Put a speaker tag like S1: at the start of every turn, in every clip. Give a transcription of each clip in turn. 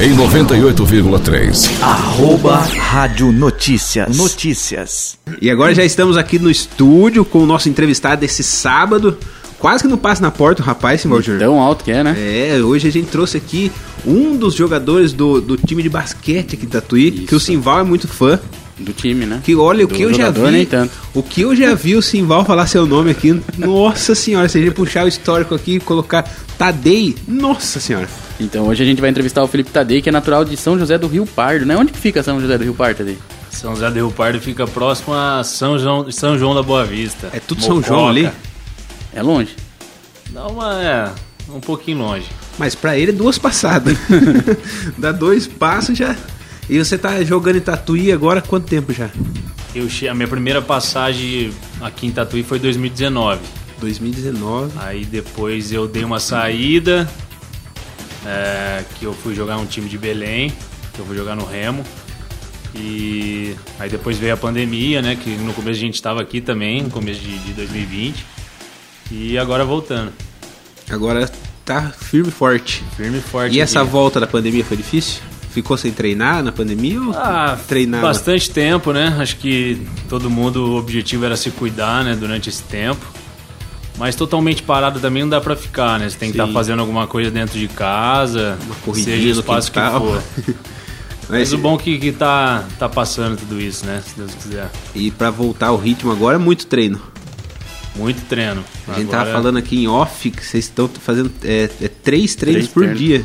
S1: em 98,3.
S2: Arroba Rádio Notícias. Notícias.
S3: E agora já estamos aqui no estúdio com o nosso entrevistado desse sábado. Quase que não passa na porta o rapaz, Simão Júnior.
S4: Tão alto que é, né?
S3: É, hoje a gente trouxe aqui um dos jogadores do, do time de basquete aqui de Tatuí, que o Simval é muito fã.
S4: Do time, né?
S3: Que olha, o
S4: Do
S3: que eu já
S4: jogador,
S3: vi.
S4: nem tanto.
S3: O que eu já vi o Simval falar seu nome aqui. Nossa senhora, se a gente puxar o histórico aqui e colocar Tadei, nossa senhora.
S4: Então hoje a gente vai entrevistar o Felipe Tadei, que é natural de São José do Rio Pardo, né? Onde que fica São José do Rio Pardo, Tadei?
S5: São José do Rio Pardo fica próximo a São João, São João da Boa Vista.
S3: É tudo São João ali.
S4: É longe?
S5: Dá uma. É, um pouquinho longe.
S3: Mas pra ele é duas passadas. Dá dois passos já. E você tá jogando em Tatuí agora há quanto tempo já?
S5: Eu, che- a minha primeira passagem aqui em Tatuí foi em 2019.
S3: 2019.
S5: Aí depois eu dei uma saída, é, que eu fui jogar um time de Belém, que eu fui jogar no Remo. E aí depois veio a pandemia, né? Que no começo a gente estava aqui também, no começo de, de 2020. E agora voltando.
S3: Agora tá firme e forte.
S5: Firme e forte.
S3: E essa
S5: aqui.
S3: volta da pandemia foi difícil? Ficou sem treinar na pandemia ou
S5: Ah,
S3: treinava?
S5: bastante tempo, né? Acho que todo mundo, o objetivo era se cuidar, né, durante esse tempo. Mas totalmente parado também não dá pra ficar, né? Você tem que
S3: Sim.
S5: estar fazendo alguma coisa dentro de casa,
S3: Uma corridinha
S5: seja
S3: no
S5: o espaço que
S3: quintal.
S5: for.
S3: Mas,
S5: Mas o bom é que, que tá, tá passando tudo isso, né? Se Deus quiser.
S3: E pra voltar ao ritmo agora é muito treino.
S5: Muito treino.
S3: A gente
S5: Agora, é-
S3: tava falando aqui em off que vocês estão fazendo é, é três treinos
S4: Três
S3: por
S4: treinos.
S3: dia.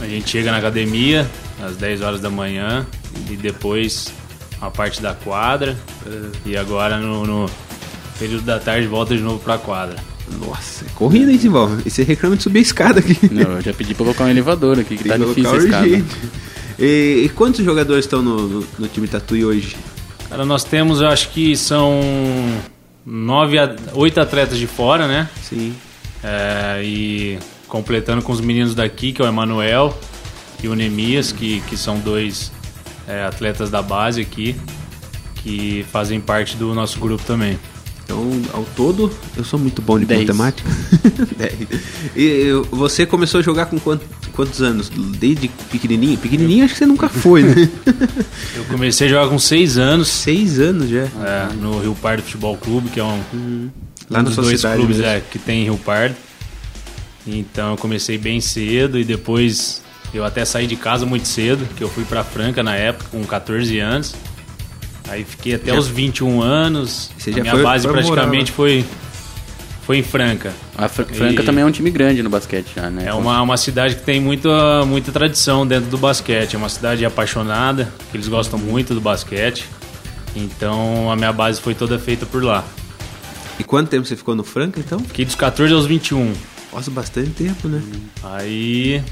S5: A gente chega na academia às 10 horas da manhã e depois a parte da quadra.
S3: É.
S5: E agora no, no período da tarde volta de novo pra quadra.
S3: Nossa, é corrida, hein, Simval? E você reclama de subir a escada aqui.
S4: Não, eu já pedi pra colocar um elevador aqui, que
S3: Tem
S4: tá
S3: que
S4: difícil esse
S3: colocar
S4: cara.
S3: urgente. E, e quantos jogadores estão no, no, no time Tatuí hoje?
S5: Cara, nós temos, eu acho que são nove, a- oito atletas de fora, né?
S3: Sim.
S5: É, e completando com os meninos daqui, que é o Emanuel e o Nemias, que, que são dois é, atletas da base aqui, que fazem parte do nosso grupo também.
S3: Então, ao todo, eu sou muito bom de
S4: Dez.
S3: matemática. Dez. E eu- você começou a jogar com quant- quantos anos? Desde pequenininho? Pequenininho acho que você nunca foi, né?
S5: Eu comecei a jogar com seis anos
S3: Seis anos já.
S5: é, no Rio Pardo Futebol Clube, que é um,
S3: Lá na
S5: um dos
S3: sua
S5: dois
S3: cidade
S5: clubes
S3: mesmo.
S5: é, que tem em Rio Pardo. Então eu comecei bem cedo e depois eu até saí de casa muito cedo, que eu fui pra Franca na época com 14 anos. Aí fiquei até os 21 anos.
S3: Você
S5: a
S3: já
S5: minha
S3: foi-
S5: base
S3: foi morar
S5: praticamente foi foi em Franca.
S4: A Fran- Franca
S5: E-
S4: também é um time grande no basquete já, né?
S5: É uma, uma cidade que tem muita, muita tradição dentro do basquete. É uma cidade apaixonada, que eles gostam muito do basquete. Então a minha base foi toda feita por lá.
S3: E quanto tempo você ficou no Franca, então?
S5: Fiquei dos 14 aos 21.
S3: Nossa, bastante tempo, né?
S5: Aí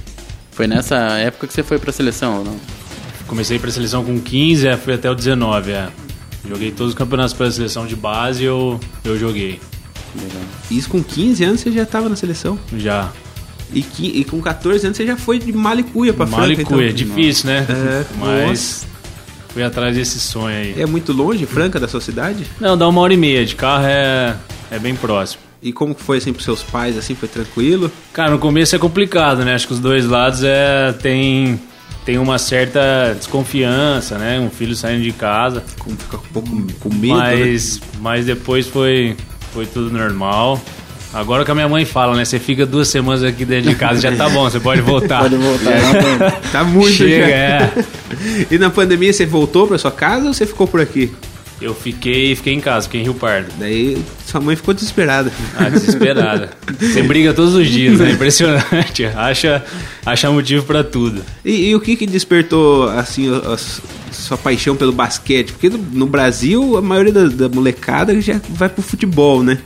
S4: Foi nessa época que você foi pra seleção, ou não?
S5: comecei pra seleção com 15, é, fui até o 19. É. Joguei todos os campeonatos pela seleção de base eu, eu joguei.
S4: Legal.
S3: Isso com 15 anos você já estava na seleção.
S5: Já.
S3: E, qui- e com 14 anos você já foi de malicuia pra Franca, então.
S5: Malicuia, difícil, né?
S3: É,
S5: Mas fui atrás desse sonho aí.
S3: É muito longe, Franca, da sua cidade?
S5: Não, dá uma hora e meia. De carro é, é bem próximo.
S3: E como que foi assim pros seus pais, assim, foi tranquilo?
S5: Cara, no começo é complicado, né? Acho que os dois lados é, tem, tem uma certa desconfiança, né? Um filho saindo de casa.
S3: Como fica um pouco com medo, né?
S5: mas, mas depois foi, foi tudo normal. Agora que a minha mãe fala, né? Você fica duas semanas aqui dentro de casa, já tá bom, você pode voltar.
S4: Pode voltar.
S3: Tá muito
S5: Chega,
S3: já.
S5: é.
S3: E na pandemia você voltou pra sua casa ou você ficou por aqui?
S5: Eu fiquei, fiquei em casa, fiquei em Rio Pardo.
S3: Daí sua mãe ficou desesperada.
S5: Ah, desesperada. Você briga todos os dias, né? Impressionante. Acha, acha motivo pra tudo.
S3: E, e o que que despertou, assim, a- a su- sua paixão pelo basquete? Porque no, no Brasil, a maioria da, da molecada já vai pro futebol, né?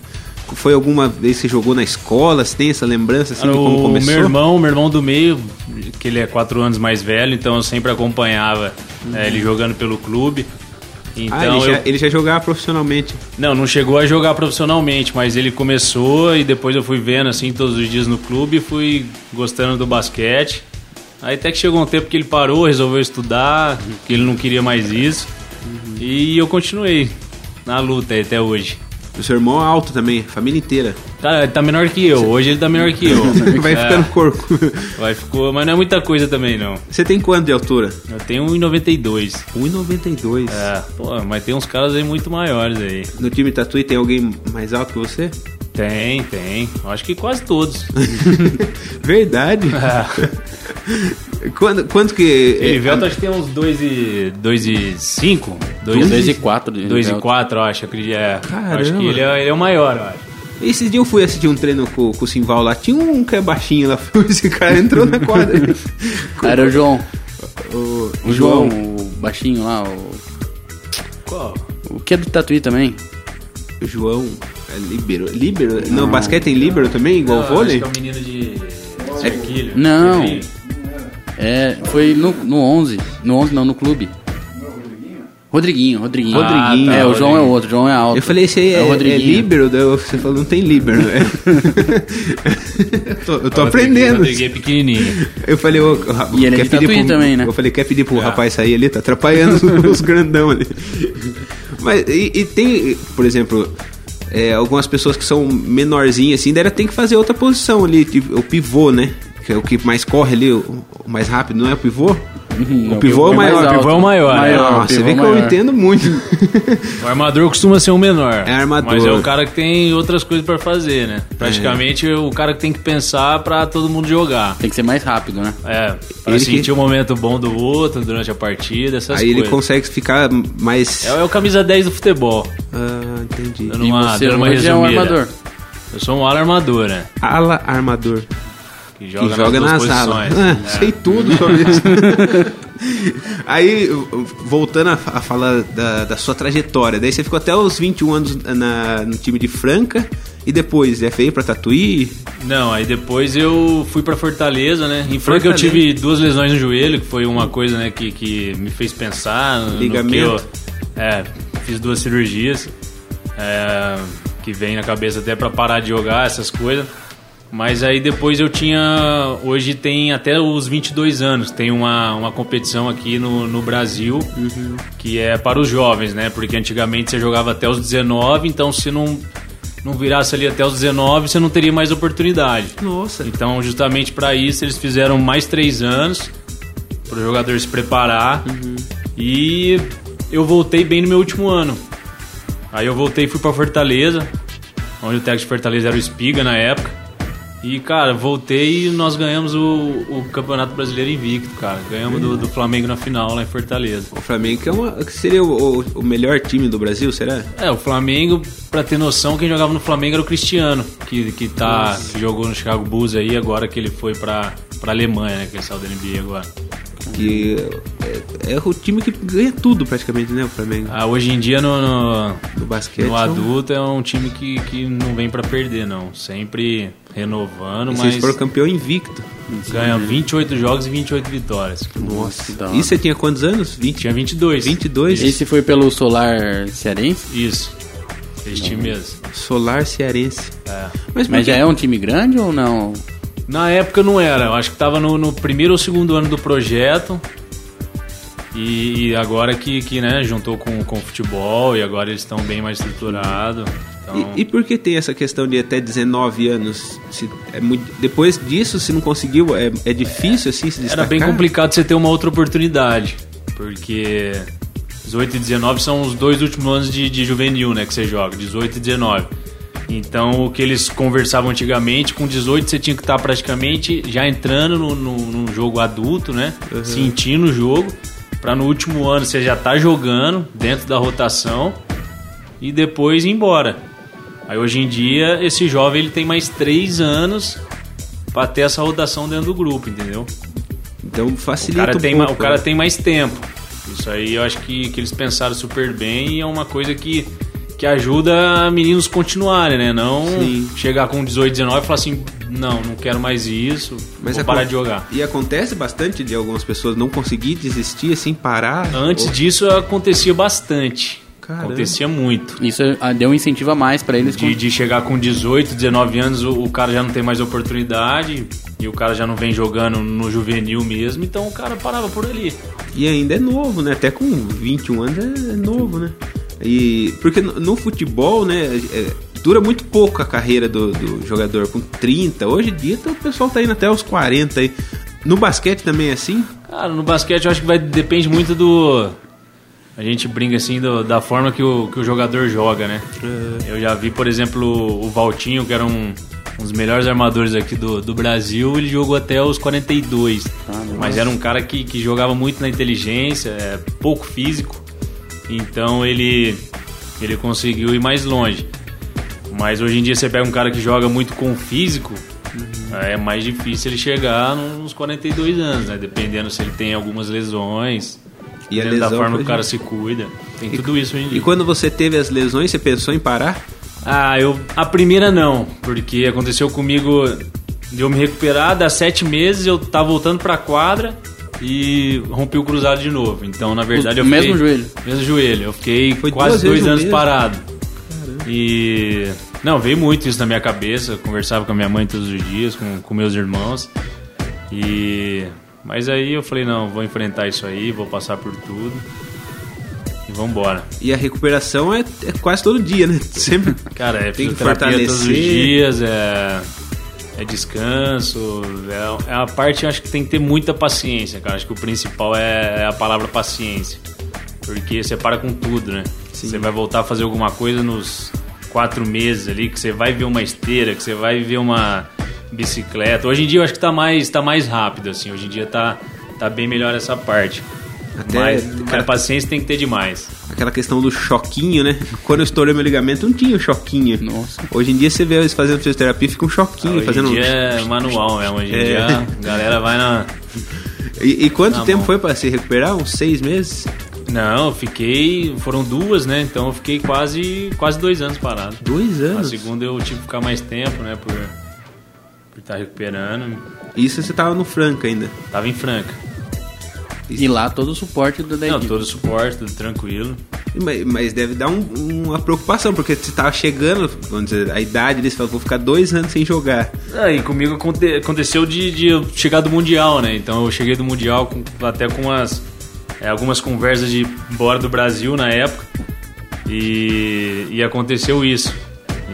S3: Foi alguma vez que você jogou na escola? Você tem essa lembrança, assim, de como
S5: o
S3: começou?
S5: meu irmão, meu irmão do meio, que ele é quatro anos mais velho, então eu sempre acompanhava eh, ele jogando pelo clube.
S3: Uhum.
S5: Então
S3: ah, ele,
S5: eu-
S3: já, ele já jogava profissionalmente.
S5: não, não chegou a jogar profissionalmente, mas ele começou e depois eu fui vendo assim todos os dias no clube, fui gostando do basquete. Aí até que chegou um tempo que ele parou, resolveu estudar, que ele não queria mais isso. E eu continuei na luta aí até hoje.
S3: O seu irmão é alto também, a família inteira.
S5: Cara, ele tá menor que eu. Hoje ele tá menor que eu.
S3: Vai
S5: É,
S3: ficando corco.
S5: Vai ficou, mas não é muita coisa também, não.
S3: Você tem quanto de altura?
S5: Eu tenho 1,92.
S3: 1,92.
S5: É, pô, mas tem uns caras aí muito maiores aí.
S3: No time Tatuí tem alguém mais alto que você?
S5: Tem, tem. Eu Acho que quase todos.
S3: Verdade. É. quando, quanto que. é, ah,
S5: Erivelto acho que tem uns 2 e... 2 e 5?
S4: 2 e 4.
S5: 2 e 4, eu acho, acredito. É,
S3: né? Caramba.
S5: acho que ele é, ele é o maior, eu acho.
S3: Esses dias eu fui assistir um treino com, com o Simval lá. Tinha um que é baixinho lá. Esse cara entrou na quadra.
S4: Ah, Era o João.
S3: o,
S4: O João, o baixinho lá, o...
S5: Qual?
S4: O que é do Tatuí também?
S3: João. É líbero. Líbero? Não, basquete tem líbero também, igual
S5: Não,
S3: o vôlei? É,
S5: Acho que é um menino de... de Erquilho.
S4: Não.
S5: Erquilho.
S4: É, foi no, no 11. No 11 não, no clube. Rodriguinho, Rodriguinho.
S3: Rodriguinho.
S4: é,
S5: Ah,
S4: o
S5: tá,
S4: João é
S5: Rodriguinho.
S4: o outro, o João é alto.
S3: Eu falei, esse aí é,
S4: o
S3: é,
S4: Rodriguinho.
S3: líbero? Daí Você falou, não tem líbero. né? eu tô, eu tô aprendendo.
S5: Rodriguinho é pequenininho.
S3: Eu falei, ô, ra-
S4: E ele é de
S3: pedir
S4: Tatuí
S3: pro-
S4: também, né?
S3: Eu falei, quer pedir pro rapaz sair ali? Tá atrapalhando os, os grandão ali. Mas, e, e tem, por exemplo, é, algumas pessoas que são menorzinhas assim, daí ela tem que fazer outra posição ali, tipo, o pivô, né? Que é o que mais corre ali, o, o mais rápido, não é o pivô? o pivô é o maior.
S5: alto. pivô é o maior, né?
S4: Maior,
S3: Nossa, você
S4: pivô
S3: vê que eu
S4: maior.
S3: entendo muito.
S5: O armador costuma ser o menor.
S3: É armador.
S5: Mas é o cara que tem outras coisas pra fazer, né? Praticamente é o cara que tem que pensar pra todo mundo jogar.
S4: Tem que ser mais rápido, né?
S5: É, pra
S3: Ele que-
S5: sentir o momento bom do outro durante a partida, essas
S3: Aí ele
S5: coisas.
S3: consegue ficar mais.
S5: É, é o camisa 10 do futebol.
S3: Ah, entendi.
S5: Dando
S4: e
S5: uma,
S4: você
S5: dando uma
S4: hoje é um
S5: resumida.
S4: armador.
S5: Eu sou um ala armador, né?
S3: Ala armador.
S5: Que
S3: Que
S5: joga,
S3: joga,
S5: nas,
S3: nas,
S5: duas
S3: alas.
S5: posições.
S3: Ah,
S5: É.
S3: Sei tudo sobre isso. Aí, voltando a, fa- a falar da, da sua trajetória, daí você ficou até os 21 anos na- no time de Franca e depois é veio pra Tatuí.
S5: Não, aí depois eu fui pra Fortaleza, né? Em Franca eu
S3: Fortaleza.
S5: tive duas lesões no joelho, que foi uma coisa, né, que, que me fez pensar. no- no que
S3: Ligamento.
S5: eu- é, fiz duas cirurgias, é, que vem na cabeça até pra parar de jogar, essas coisas. Mas aí depois eu tinha. Hoje tem até os 22 anos, tem uma, uma competição aqui no, no Brasil que é para os jovens, né? Porque antigamente você jogava até os 19, então se não, não virasse ali até os 19, você não teria mais oportunidade.
S3: Nossa.
S5: Então, justamente para isso, eles fizeram mais três anos para o jogador se preparar. E eu voltei bem no meu último ano. Aí eu voltei e fui para Fortaleza, onde o técnico de Fortaleza era o Espiga na época. E, cara, voltei e nós ganhamos o, o Campeonato Brasileiro Invicto, cara. Ganhamos do, do Flamengo na final lá em Fortaleza.
S3: O Flamengo que, é uma- que seria o, o- o melhor time do Brasil, será?
S5: É, o Flamengo, pra ter noção, quem jogava no Flamengo era o Cristiano, que, que, tá, que jogou no Chicago Bulls aí, agora que ele foi pra, pra Alemanha, né? Que ele saiu da NBA agora.
S3: Que é, é o time que ganha tudo praticamente, né? O Flamengo
S5: Ah, hoje em dia no, no,
S3: do basquete. né?
S5: no
S3: são-
S5: adulto é um time que, que não vem pra perder, não. Sempre renovando,
S3: Vocês
S5: mas
S3: foram campeão invicto.
S5: ganha
S3: né?
S5: 28 jogos e 28 vitórias.
S3: Nossa.
S4: da
S3: E
S4: hora.
S3: você tinha quantos anos? 20?
S5: Tinha 22.
S3: 22?
S4: é- Esse foi pelo Solar Cearense,
S5: Isso. Esse time mesmo.
S3: Solar cearense.
S5: É.
S3: por
S4: mas
S3: que-
S4: já é um time grande ou não?
S5: Na época não era, eu acho que tava no, no primeiro ou segundo ano do projeto. E, e agora que, que né, juntou com, com o futebol e agora eles estão bem mais estruturados. Então,
S3: E, e por que tem essa questão de até 19 anos? Se é muito- depois disso, se não conseguiu, é, é difícil assim se destacar?
S5: era bem complicado você ter uma outra oportunidade, porque 18 e 19 são os dois últimos anos de, de juvenil né, que você joga, 18 e 19. Então o que eles conversavam antigamente, com 18 você tinha que estar praticamente já entrando no, no, num jogo adulto, né? Sentindo o jogo, pra no último ano você já tá jogando dentro da rotação e depois ir embora. Aí hoje em dia esse jovem ele tem mais três anos pra ter essa rotação dentro do grupo, entendeu?
S3: Então
S5: O
S3: facilita
S5: cara,
S3: um
S5: tem, ma-
S3: pouco,
S5: o cara
S3: né?
S5: tem mais tempo. Isso aí eu acho que, que eles pensaram super bem e é uma coisa que, que ajuda meninos continuarem, né? Não
S3: Sim.
S5: chegar com 18, 19 e falar assim, não, não quero mais isso, vou
S3: acon-
S5: parar de jogar.
S3: E acontece bastante de algumas pessoas não conseguir desistir assim, parar.
S5: Antes
S3: Ou-
S5: disso acontecia bastante.
S3: Caramba.
S5: Acontecia muito.
S4: Isso ah, deu um incentivo a mais pra eles.
S5: De, de chegar com 18, 19 anos, o, o cara já não tem mais oportunidade e o cara já não vem jogando no juvenil mesmo, então o cara parava por ali.
S3: E ainda é novo, né? Até com 21 anos é é novo, né? E porque no, no futebol, né, é- dura muito pouco a carreira do, do jogador, com 30. Hoje em dia tá- o pessoal tá indo até os 40 aí. No basquete também é assim?
S5: Cara, no basquete eu acho que vai, depende muito do. A gente brinca assim do- da forma que o, que o jogador joga, né? Eu já vi, por exemplo, o Valtinho, que era um, um dos melhores armadores aqui do, do Brasil, ele jogou até os 42.
S3: Ah,
S5: mas era um cara que, que jogava muito na inteligência, é, pouco físico. Então ele, ele conseguiu ir mais longe. Mas hoje em dia você pega um cara que joga muito com o físico,
S3: Uhum.
S5: é mais difícil ele chegar nos 42 anos, né? Dependendo se ele tem algumas lesões,
S3: E a
S5: dependendo da
S3: lesão
S5: forma
S3: foi
S5: que o cara
S3: de-
S5: se cuida. Tem
S3: E-
S5: tudo isso hoje em
S3: E
S5: dia.
S3: quando você teve as lesões, você pensou em parar?
S5: Ah, eu. A primeira não, porque aconteceu comigo de eu me recuperar, dá sete meses, eu tava voltando pra quadra e rompi o cruzado de novo. Então, na verdade,
S4: O
S5: eu
S4: mesmo
S5: fiquei-
S4: joelho?
S5: Mesmo joelho. Eu fiquei
S3: Foi duas
S5: quase
S3: vezes
S5: dois
S3: o
S5: anos
S3: mesmo.
S5: parado. E. Não, veio muito isso na minha cabeça. Eu conversava com a minha mãe todos os dias, com, com meus irmãos. E. Mas aí eu falei, não, vou enfrentar isso aí, vou passar por tudo. E vambora.
S3: E a recuperação é, é quase todo dia, né? Sempre.
S5: Cara, é
S3: Tem que
S5: fisioterapia todos os
S3: fortalecer.
S5: dias, é, é descanso. É, é a parte, eu acho que tem que ter muita paciência, cara. Acho que o principal é, é a palavra paciência. Porque você para com tudo, né? Você vai voltar a fazer alguma coisa nos quatro meses ali, que você vai ver uma esteira, que você vai ver uma bicicleta. Hoje em dia eu acho que tá mais, tá mais rápido, assim. Hoje em dia tá, tá bem melhor essa parte.
S3: Até,
S5: mas,
S3: cara,
S5: cara, paciência tem que ter demais.
S3: Aquela questão do choquinho, né? Quando eu estourei meu ligamento, não tinha o choquinho.
S4: Nossa.
S3: Hoje em dia você vê eles fazendo fisioterapia, fica um
S5: Ah,
S3: choquinho,
S5: hoje
S3: fazendo
S5: em
S3: um-
S5: dia é manual mesmo. Hoje em
S3: É.
S5: dia a galera vai na.
S3: um E, e quanto
S5: Na
S3: tempo
S5: mão.
S3: foi pra se recuperar? Uns seis meses?
S5: Não, eu fiquei. Foram duas, né? Então eu fiquei quase, quase dois anos parado.
S3: Dois
S5: A
S3: anos?
S5: segunda eu tive que ficar mais tempo, né? Por estar por tá recuperando.
S3: Isso você tava no Franca ainda.
S5: Tava em Franca.
S4: E lá todo o suporte do da
S5: Não,
S4: equipe.
S5: todo suporte, tudo tranquilo.
S3: Mas, mas deve dar um- uma preocupação, porque você tava chegando, vamos dizer, a idade deles, você fala, vou ficar dois anos sem jogar.
S5: Ah, e comigo aconte- aconteceu de, de eu chegar do Mundial, né? Então eu cheguei do Mundial com- até com umas, é, algumas conversas de bora do Brasil na época. E, e aconteceu isso.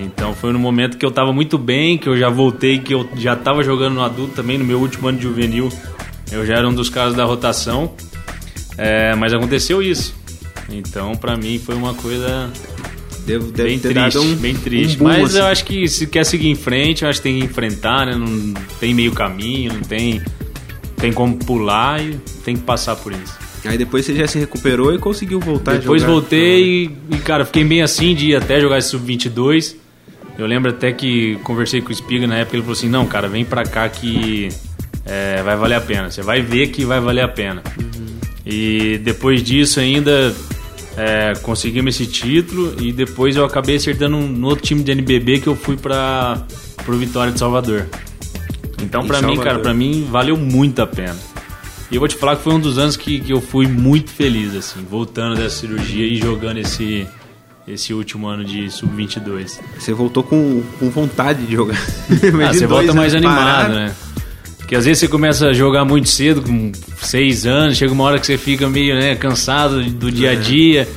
S5: Então foi no momento que eu tava muito bem, que eu já voltei, que eu já tava jogando no adulto também, no meu último ano de juvenil. Eu já era um dos caras da rotação. É, mas aconteceu isso. Então pra mim foi uma coisa
S3: Deve, deve
S5: bem
S3: ter
S5: triste,
S3: dado um.
S5: bem triste.
S3: um boom,
S5: Mas eu
S3: assim.
S5: acho que se quer seguir em frente, eu acho que tem que enfrentar, né? Não tem meio caminho, não tem, tem como pular e tem que passar por isso.
S3: Aí depois você já se recuperou e conseguiu voltar a
S5: Depois
S3: jogar. né?
S5: voltei e, e, cara, fiquei bem assim de ir até jogar esse sub-22. Eu lembro até que conversei com o Spiga na época, ele falou assim, não, cara, vem pra cá que é, vai valer a pena. Você vai ver que vai valer a pena.
S3: Uhum.
S5: E depois disso ainda é, conseguimos esse título e depois eu acabei acertando um, no outro time de NBB que eu fui pra, pro Vitória de Salvador. Então,
S3: Em
S5: pra mim,
S3: Salvador.
S5: cara, pra mim valeu muito a pena. E eu vou te falar que foi um dos anos que, que eu fui muito feliz, assim, voltando dessa cirurgia e jogando esse, esse último ano de sub-22.
S3: Ah, Você voltou com, com vontade de jogar.
S5: Ah,
S3: Imagina
S5: você
S3: dois
S5: volta
S3: anos
S5: mais animado,
S3: parado.
S5: né? Porque às vezes você começa a jogar muito cedo, com seis anos, chega uma hora que você fica meio né, cansado do dia a
S3: É.
S5: dia.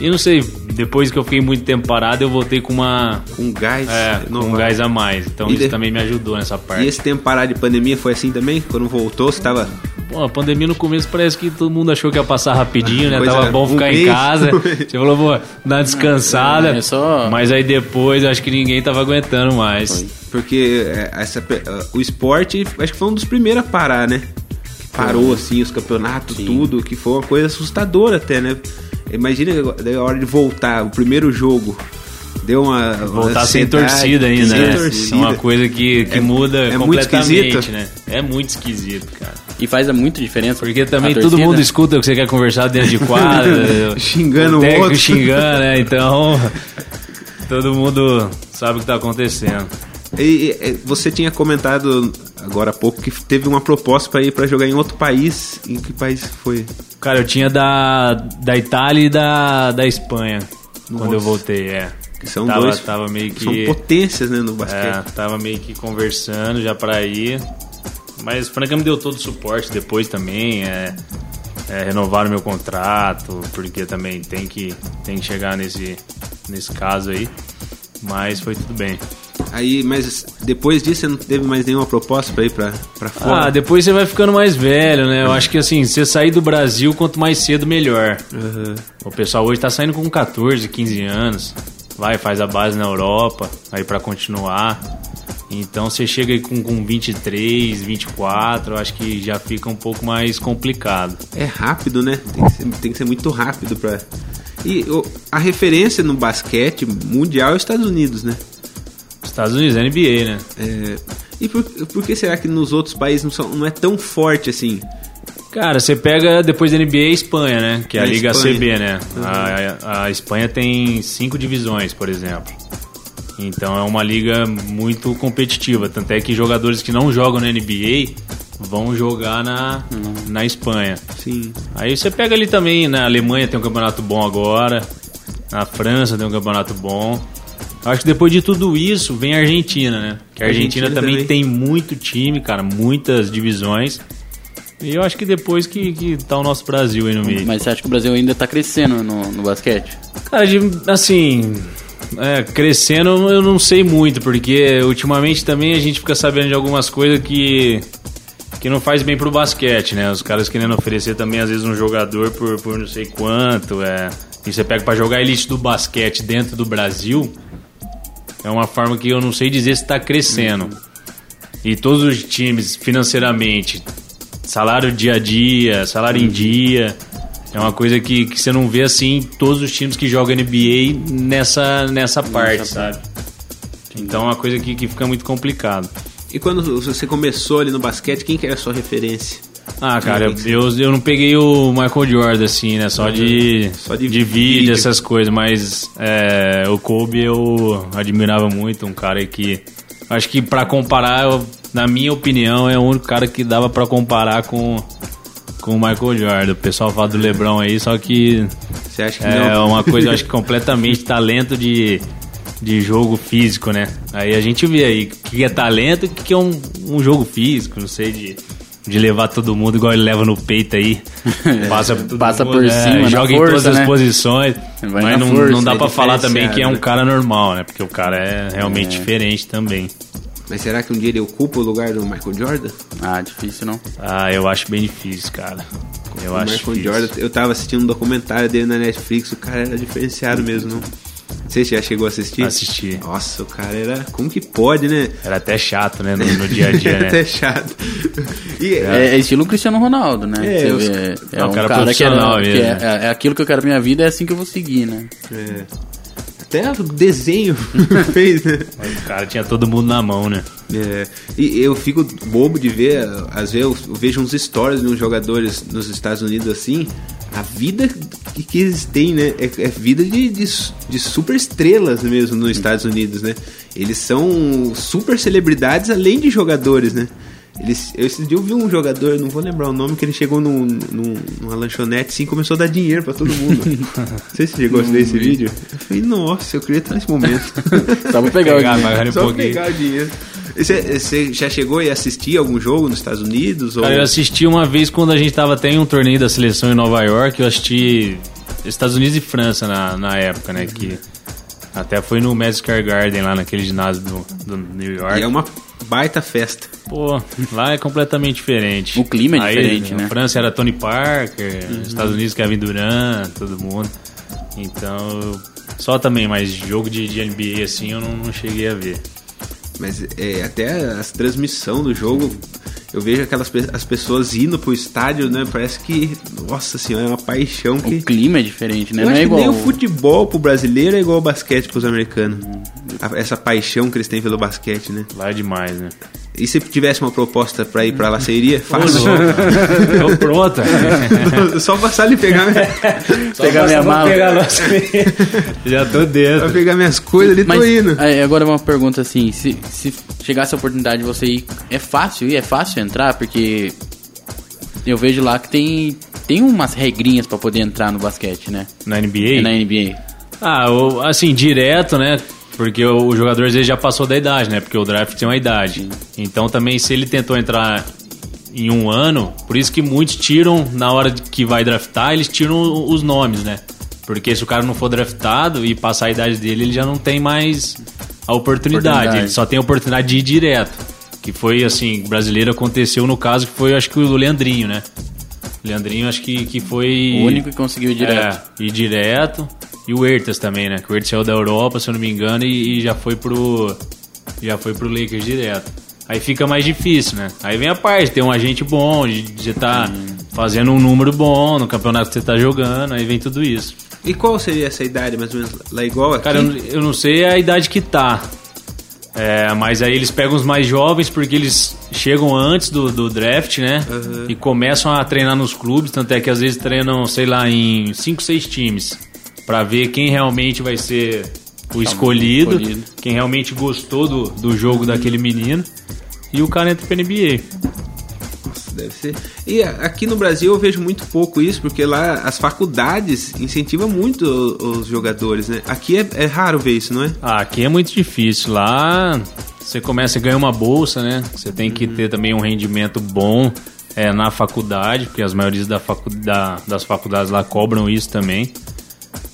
S5: E não sei, depois que eu fiquei muito tempo parado, eu voltei com uma.
S3: Com gás.
S5: É, com um
S3: renovado.
S5: gás a mais. Então
S3: E
S5: isso
S3: de-
S5: também me ajudou nessa parte.
S3: E esse tempo parado de pandemia foi assim também? Quando voltou, você tava.
S5: Bom, a pandemia no começo parece que todo mundo achou que ia passar rapidinho, né?
S3: Pois
S5: Tava
S3: é,
S5: bom
S3: um
S5: ficar em
S3: mês.
S5: casa. Você falou, vou dar uma descansada.
S4: É, é só-
S5: Mas aí depois acho que ninguém tava aguentando mais.
S3: Porque é, essa, pe- ah, o esporte, acho que foi um dos primeiros a parar, né? Que parou, assim, os campeonatos, tudo, que foi uma coisa assustadora até, né? Imagina agora- daí a hora de voltar, o primeiro jogo. Deu uma.
S5: Voltar
S3: uma
S5: sem
S3: ansiedade,
S5: torcida ainda,
S3: sem
S5: né?
S3: torcida.
S5: É uma coisa que, que
S3: É-
S5: muda
S3: é muito
S5: completamente,
S3: esquisito.
S5: né? É muito esquisito, cara.
S4: E faz muita diferença.
S5: Porque
S4: A
S5: também todo
S4: torcida-
S5: mundo escuta o que você quer conversar dentro de quadra. né?
S3: Xingando o
S5: técnico
S3: outro.
S5: xingando, né? Então, todo mundo sabe o que tá acontecendo.
S3: E, e, e, você tinha comentado agora há pouco que teve uma proposta pra ir pra jogar em outro país. Em que país foi?
S5: Cara, eu tinha da, da Itália e da, da Espanha quando
S3: Nossa.
S5: eu voltei, é.
S3: Que são
S5: tava,
S3: dois.
S5: Tava meio
S3: São
S5: que.
S3: potências, né, no basquete.
S5: é, tava meio que conversando já pra ir. Mas o Franca me deu todo o suporte depois também. É, é, renovaram meu contrato, porque também tem que, tem que chegar nesse, nesse caso aí. Mas foi tudo bem.
S3: Aí, mas depois disso você não teve mais nenhuma proposta pra ir pra, pra fora?
S5: Ah, depois você vai ficando mais velho, né? Eu acho que assim, você sair do Brasil, quanto mais cedo, melhor. O pessoal hoje tá saindo com 14, 15 anos. Vai, faz a base na Europa, aí pra continuar. Então você chega aí com, com 23, 24, eu acho que já fica um pouco mais complicado.
S3: É rápido, né? Tem que ser, tem que ser muito rápido pra. E o- a referência no basquete mundial é os Estados Unidos, né?
S5: Estados Unidos, NBA, né?
S3: É, E por, por que será que nos outros países não, são- não é tão forte assim?
S5: Cara, você pega depois da NBA a Espanha, né? Que é a
S3: É,
S5: Liga
S3: Espanha.
S5: CB, né? A, a Espanha tem cinco divisões, por exemplo. Então é uma liga muito competitiva. Tanto é que jogadores que não jogam na NBA vão jogar na, na Espanha.
S3: Sim.
S5: Aí você pega ali também, na Alemanha tem um campeonato bom agora, na França tem um campeonato bom. Acho que depois de tudo isso vem a Argentina, né? Que a Argentina,
S3: Argentina
S5: também,
S3: também.
S5: tem muito time, cara, muitas divisões. E eu acho que depois que, que tá o nosso Brasil aí no meio.
S4: Mas você acha que o Brasil ainda tá crescendo no, no basquete?
S5: Cara, de- assim, é, crescendo eu não sei muito, porque ultimamente também a gente fica sabendo de algumas coisas que, que não faz bem pro basquete, né? Os caras querendo oferecer também, às vezes, um jogador por, por não sei quanto, é. E você pega pra jogar a elite do basquete dentro do Brasil, é uma forma que eu não sei dizer se tá crescendo. E todos os times, financeiramente, salário dia a dia, salário em dia, é uma coisa que, que você não vê assim em todos os times que jogam NBA nessa, nessa parte, sabe? Então é uma coisa que, que fica muito complicado.
S3: E quando você começou ali no basquete, quem que era a sua referência?
S5: Ah, cara,
S3: Sim.
S5: eu, eu não peguei o Michael Jordan, assim, né? Só de,
S3: Só de
S5: de, vídeo,
S3: vídeo.
S5: essas coisas, mas é, o Kobe eu admirava muito, um cara que. Acho que pra comparar, eu- na minha opinião, é o único cara que dava pra comparar com, com o Michael Jordan. O pessoal fala do Lebron aí, só que
S3: Você acha que
S5: é
S3: não?
S5: uma coisa, acho que completamente talento de, de jogo físico, né? Aí a gente vê aí o que é talento e o que é um, um jogo físico, não sei, de, de levar todo mundo igual ele leva no peito aí. Passa por, todo
S4: É, Passa
S5: mundo,
S4: por
S5: né?
S4: cima, na
S5: joga em
S4: força,
S5: todas as
S4: né?
S5: posições.
S4: Vai na
S5: mas não,
S4: força,
S5: não dá
S4: é
S5: pra falar também
S3: diferenciado.
S5: que é um cara normal, né? Porque o cara é realmente diferente também.
S3: Mas será que um dia ele ocupa o lugar do Michael Jordan?
S4: Ah, difícil não.
S5: Ah, eu acho bem difícil, cara. Eu
S3: o
S5: acho
S3: Michael
S5: difícil.
S3: Jordan, eu tava assistindo um documentário dele na Netflix, o cara era diferenciado mesmo, não? Você já chegou a assistir?
S5: Assisti.
S3: Nossa, o cara era. Como que pode, né?
S5: Era até chato, né? No, no dia a dia, né?
S3: Até chato. E,
S4: É, é estilo Cristiano Ronaldo, né?
S3: É,
S4: Você
S3: os-
S4: vê,
S5: é um cara
S4: que, era-
S5: profissional
S4: que
S5: mesmo,
S4: é,
S5: né?
S4: é- é aquilo que eu quero pra minha vida, é assim que eu vou seguir, né?
S3: é, até o desenho fez, né?
S5: O cara tinha todo mundo na mão, né?
S3: É, e eu fico bobo de ver, às vezes eu eu vejo uns stories de uns jogadores nos Estados Unidos assim, a vida que, que eles têm, né? É, é vida de, de, su- de super estrelas mesmo nos Estados Unidos, né? Eles são super celebridades além de jogadores, né? Eles, eu esse dia eu vi um jogador, eu não vou lembrar o nome, que ele chegou num, num- numa lanchonete assim e começou a dar dinheiro pra todo mundo. não sei se você gostou desse vídeo. Eu falei, nossa, eu queria estar nesse momento.
S4: Só pra pegar
S5: Pegar,
S4: o
S5: mas era um
S3: Só
S5: pouquinho.
S3: pegar o dinheiro. Você já chegou e assistir algum jogo nos Estados Unidos? Ou...
S4: Ah,
S5: Cara, eu assisti uma vez quando a gente tava até em um torneio da seleção em Nova York, eu assisti Estados Unidos e França na, na época, né? Que até foi no Madison Square Garden, lá naquele ginásio do, do New York.
S3: E é uma baita festa.
S5: Pô, lá é completamente diferente.
S4: O clima é
S5: Aí,
S4: diferente,
S5: na
S4: né? Uhum.
S5: França era Tony Parker, nos Estados Unidos Kevin Durant, todo mundo. Então, só também, mas jogo de, de NBA assim eu não- não cheguei a ver.
S3: Mas é, até a transmissão do jogo, eu vejo aquelas pe- as pessoas indo pro estádio, né? Parece que, nossa senhora, é uma paixão
S4: O
S3: que.
S4: clima é diferente, né?
S3: Eu
S4: não
S3: acho
S4: é
S3: que
S4: igual.
S3: nem o futebol pro brasileiro é igual o basquete pros americanos. A- Essa paixão que eles têm pelo basquete, né?
S5: Lá é demais, né?
S3: E se tivesse uma proposta pra ir pra lá, você iria? Fácil.
S5: Tô pronta.
S3: Só passar ali e pegar minha-
S4: Só pegar minha mala.
S5: Já tô
S3: pra
S5: dentro.
S3: pegar minhas coisas ali, tô
S4: Mas
S3: indo.
S4: aí, agora uma pergunta assim, se, se chegasse a oportunidade de você ir, é fácil ir? É fácil entrar? Porque eu vejo lá que tem, tem umas regrinhas pra poder entrar no basquete, né?
S5: Na
S4: É
S5: NBA?
S4: Na NBA.
S5: Ah, o- assim, direto, né? Porque o, o jogador às vezes já passou da idade, né? Porque o draft tem uma idade. Então também se ele tentou entrar em um ano, por isso que muitos tiram, na hora de que vai draftar, eles tiram o- os nomes, né? Porque se o cara não for draftado e passar a idade dele, ele já não tem mais a oportunidade.
S4: Oportunidade.
S5: Ele só tem a oportunidade de ir direto. Que foi assim, brasileiro aconteceu no caso que foi, acho que o Leandrinho, né? Leandrinho, acho que, que foi.
S4: O único que conseguiu ir direto.
S5: É, ir direto. E o Ertas também, né? Que o Ertas saiu da Europa, se eu não me engano, e, e já foi pro. Já foi pro Lakers direto. Aí fica mais difícil, né? Aí vem a parte, tem um agente bom, de de você tá fazendo um número bom no campeonato que você tá jogando, aí vem tudo isso.
S3: E qual seria essa idade, mais ou menos? Lá igual aqui?
S5: Cara, eu, não- eu não sei a idade que tá. É, mas aí eles pegam os mais jovens porque eles chegam antes do, do draft, né?
S3: Uhum.
S5: E começam a treinar nos clubes, tanto é que às vezes treinam, sei lá, em 5, 6 times. Pra ver quem realmente vai ser o escolhido,
S4: escolhido.
S5: quem realmente gostou do, do jogo daquele menino. E o cara entra pra NBA.
S3: Deve ser. E a- aqui no Brasil eu vejo muito pouco isso, porque lá as faculdades incentivam muito o- os jogadores, né? Aqui é, é raro ver isso, não é?
S5: Ah, aqui é muito difícil. Lá você começa a ganhar uma bolsa, né? Você tem que ter também um rendimento bom é, na faculdade, porque as maiorias da facu- da- das faculdades lá cobram isso também.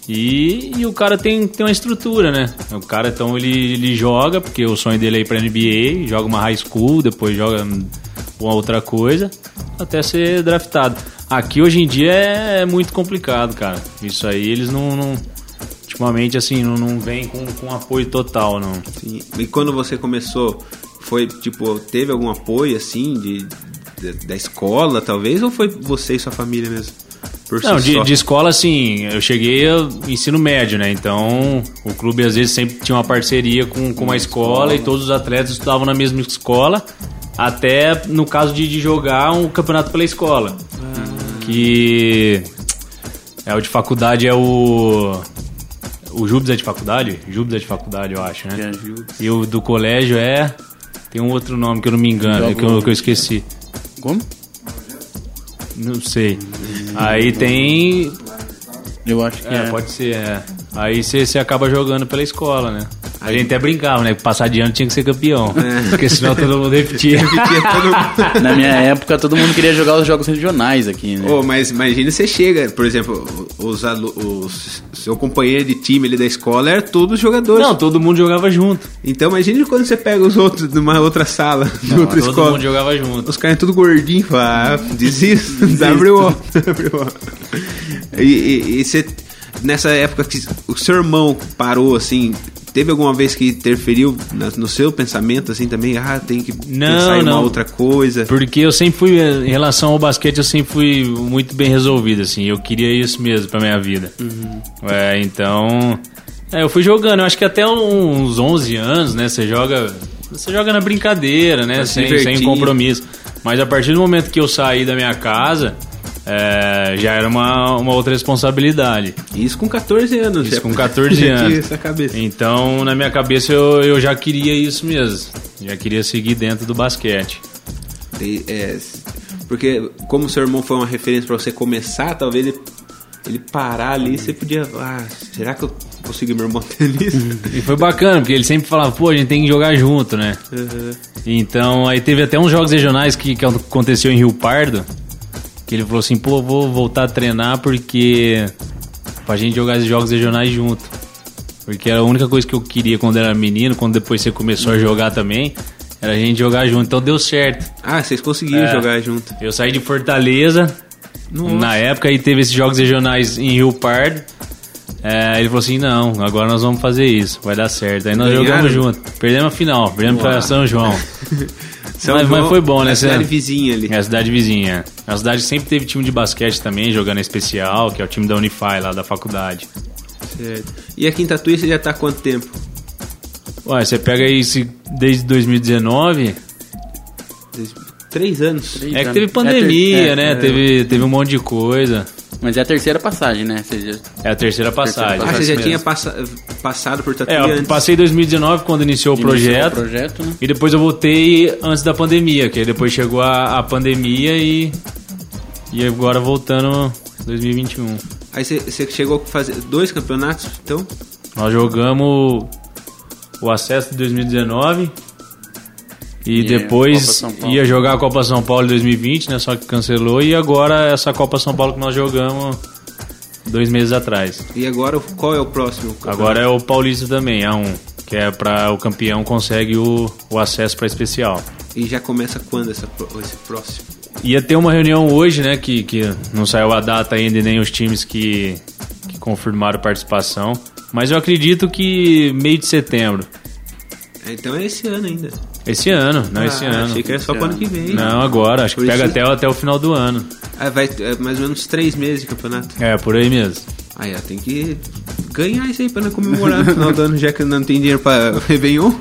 S5: E, e o cara tem, tem uma estrutura, né? O cara, então, ele, ele joga, porque o sonho dele é ir pra NBA, joga uma high school, depois joga hum, uma outra coisa, até ser draftado. Aqui, hoje em dia, é muito complicado, cara. Isso aí, eles não... não- ultimamente, assim, não, não vem com, com apoio total, não.
S3: Sim. E quando você começou, foi tipo, teve algum apoio assim de, de- da escola, talvez, ou foi você e sua família mesmo? Por
S5: Não,
S3: si
S5: de,
S3: só?
S5: de escola, assim, eu cheguei ao ensino médio, né? Então, o clube às vezes sempre tinha uma parceria com, com uma escola e todos os atletas estudavam na mesma escola, até no caso de, de jogar um campeonato pela escola. Que é o de faculdade é o. O Júbis é de faculdade? Júbis é de faculdade, eu acho,
S4: É,
S5: né?
S4: Júbis.
S5: E o do colégio é. Tem um outro nome que eu não me engano, que eu, que eu esqueci.
S4: Como?
S5: Não sei. Aí tem.
S4: Eu acho que
S5: É,
S4: é.
S5: pode ser, é. Aí você acaba jogando pela escola, né? A gente até brincava, né? Que Passar de ano tinha que ser campeão.
S3: É.
S5: Porque senão todo mundo repetia.
S4: Na minha época, todo mundo queria jogar os jogos regionais aqui, né?
S3: Ô, mas imagina você chega, por exemplo, os, alu- os seu companheiro de time ali da escola era todos jogadores.
S5: Não, todo mundo jogava junto.
S3: Então imagine quando você pega os outros numa outra sala, de outra
S5: todo
S3: escola.
S5: mundo jogava junto.
S3: Os caras é tudo gordinho, fala, ah, desisto, WO, WO. E- E e você, nessa época que o seu irmão parou, assim, teve alguma vez que interferiu na- no seu pensamento, assim, também? Ah, tem que pensar em uma
S5: não.
S3: outra coisa.
S5: Porque eu sempre fui, eh, em relação ao basquete, eu sempre fui muito bem resolvido, assim. Eu queria isso mesmo pra minha vida.
S3: Uhum.
S5: É, então. é, eu fui jogando, eu acho que até uns 11 anos, né? Você joga. Você joga na brincadeira, né?
S3: se
S5: Sem,
S3: divertir.
S5: sem compromisso. Mas a partir do momento que eu saí da minha casa, é, já era uma, uma outra responsabilidade.
S3: Isso com 14 anos.
S5: Isso
S3: já-
S5: com 14
S3: já tinha
S5: anos.
S3: Essa cabeça.
S5: Então, na minha cabeça, eu, eu já queria isso mesmo. Já queria seguir dentro do basquete.
S3: E, é, porque como seu irmão foi uma referência pra você começar, talvez ele, ele parar ali, você podia... Ah, será que eu consigo meu irmão ter nisso?
S5: E foi bacana, porque ele sempre falava, pô, a gente tem que jogar junto, né?
S3: Uhum.
S5: Então, aí teve até uns jogos regionais que, que aconteceu em Rio Pardo, que ele falou assim, pô, eu vou voltar a treinar porque... pra gente jogar esses jogos regionais junto. Porque era a única coisa que eu queria quando era menino, quando depois você começou a jogar também, era a gente jogar junto. Então deu certo.
S3: Ah, vocês conseguiram
S5: É.
S3: jogar junto.
S5: Eu saí de Fortaleza na época e teve esses jogos regionais em Rio Pardo. É, ele falou assim: não, agora nós vamos fazer isso, vai dar certo. Aí nós
S3: Ganharam?
S5: jogamos junto, perdemos a final, perdemos pra São João.
S3: São
S5: mas,
S3: João,
S5: mas foi bom, né?
S3: a um cidade
S5: Você-
S3: vizinha ali.
S5: É a cidade vizinha. A cidade sempre teve time de basquete também, jogando especial, que é o time da Unify lá da faculdade.
S3: Certo. E aqui em Tatuí você já tá há quanto tempo?
S5: Ué, você pega isso desde 2019,
S3: Des- Três anos. Ah,
S5: é
S4: Eita,
S5: que teve
S4: né?
S5: pandemia,
S4: É ter- é,
S5: né?
S4: é.
S5: Teve, teve um monte de coisa.
S4: Mas é a terceira passagem, né? Ou seja,
S5: É a terceira passagem.
S3: Ah,
S5: é
S3: você
S5: isso
S3: já
S5: mesmo.
S3: tinha passa- passado por Tatuí
S5: É, eu
S3: antes?
S5: passei 2019 quando iniciou o
S4: iniciou
S5: projeto.
S4: o projeto, né?
S5: E depois eu voltei antes da pandemia, que aí depois chegou a, a pandemia e. E agora voltando 2021.
S3: Aí você, você chegou a fazer dois campeonatos, então?
S5: Nós jogamos o acesso de 2019 e,
S4: E Copa
S5: depois
S4: São Paulo.
S5: ia jogar a Copa São Paulo em 2020, né? Só que cancelou e agora essa Copa São Paulo que nós jogamos dois meses atrás.
S3: E agora qual é o próximo? campeonato?
S5: Agora é o Paulista também, a um, que é para o campeão consegue o, o acesso para especial.
S3: E já começa quando essa, pro- esse próximo?
S5: Ia ter uma reunião hoje, né? Que, que não saiu a data ainda e nem os times que, que confirmaram participação. Mas eu acredito que meio de setembro.
S3: É, Então é esse ano ainda.
S5: Esse ano, não esse
S3: Ah,
S5: ano.
S3: Achei que era só pro ano que vem.
S5: Não, agora. Acho que
S3: Por
S5: pega
S3: isso-
S5: até, até o final do ano.
S3: Ah, vai é mais ou menos três meses de campeonato.
S5: É, por aí mesmo.
S3: Aí, ó, tem que ganhar isso aí pra não comemorar no final do ano, já que não tem dinheiro pra Réveillon.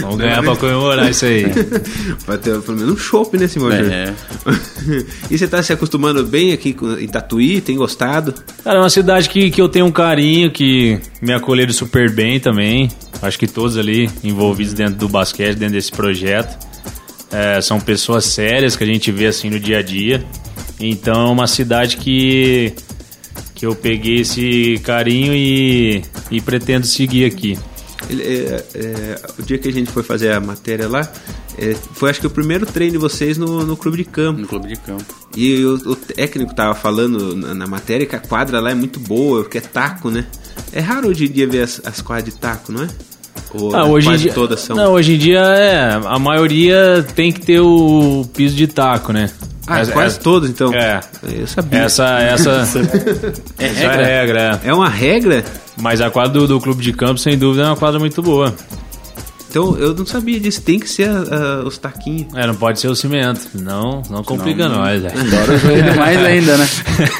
S5: Vamos ganhar pra comemorar isso aí.
S3: Vai ter pelo menos um chopp, né, Simão?
S4: É.
S3: e você tá se acostumando bem aqui com- em Tatuí? Tem gostado?
S5: Cara, é uma cidade que, que eu tenho um carinho, que me acolheram super bem também. Acho que todos ali envolvidos dentro do basquete, dentro desse projeto, eh, são pessoas sérias que a gente vê assim no dia a dia. Então é uma cidade que, que eu peguei esse carinho e, e pretendo seguir aqui.
S3: Ele- é, é, o dia que a gente foi fazer a matéria lá, é, foi acho que o primeiro treino de vocês no, no clube de campo.
S4: No clube de campo.
S3: E o, o técnico tava falando na, na matéria que a quadra lá é muito boa, porque é taco, né? É raro hoje em dia ver as, as quadras de taco, não é? Ou
S5: Ah, hoje em
S3: quase
S5: dia,
S3: todas são.
S5: Não, hoje em dia é, a maioria tem que ter o piso de taco, né?
S3: ah,
S5: As-
S3: quase
S5: as-
S3: todas, então.
S5: É.
S3: Eu sabia.
S5: Essa, essa,
S4: É
S5: essa é a
S4: regra?
S5: regra, é.
S3: É uma regra?
S5: Mas a quadra do, do clube de campo, sem dúvida, é uma quadra muito boa.
S3: Então eu não sabia disso. Tem que ser a- a- os taquinhos.
S5: É, não pode ser o cimento. Não, não complica nós. é.
S4: Agora mais ainda, né?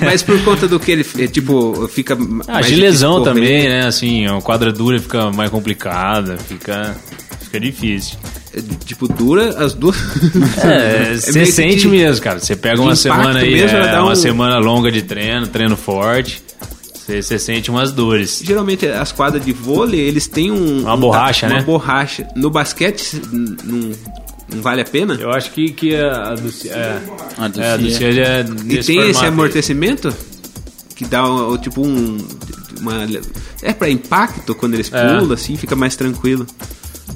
S3: Mas por conta do que ele, é, tipo, fica. ma-
S5: Ah,
S3: mais
S5: de
S3: difícil
S5: lesão
S3: correr.
S5: também, né? Assim, a quadra dura fica mais complicada, fica, fica difícil.
S3: É, Tipo, dura as duas.
S5: É, você
S3: meio que
S5: sente
S3: de-
S5: mesmo, cara. Você pega uma
S3: de impacto
S5: semana aí,
S3: mesmo, ela
S5: é,
S3: dá um-
S5: uma semana longa de treino, treino forte. Você você sente umas dores.
S3: Geralmente as quadras de vôlei, eles têm um.
S5: Uma
S3: um-
S5: borracha,
S3: uma
S5: né?
S3: borracha. No basquete, se- n- não, não vale a pena?
S5: Eu acho que, que a, a do Cia- é,
S4: A do
S5: é, a do
S4: Cia.
S5: Cia é
S3: E
S5: nesse
S3: tem esse
S5: formato aí.
S3: amortecimento? Que dá o- o tipo um. Uma, é pra impacto quando eles
S5: É.
S3: pulam, assim, fica mais tranquilo.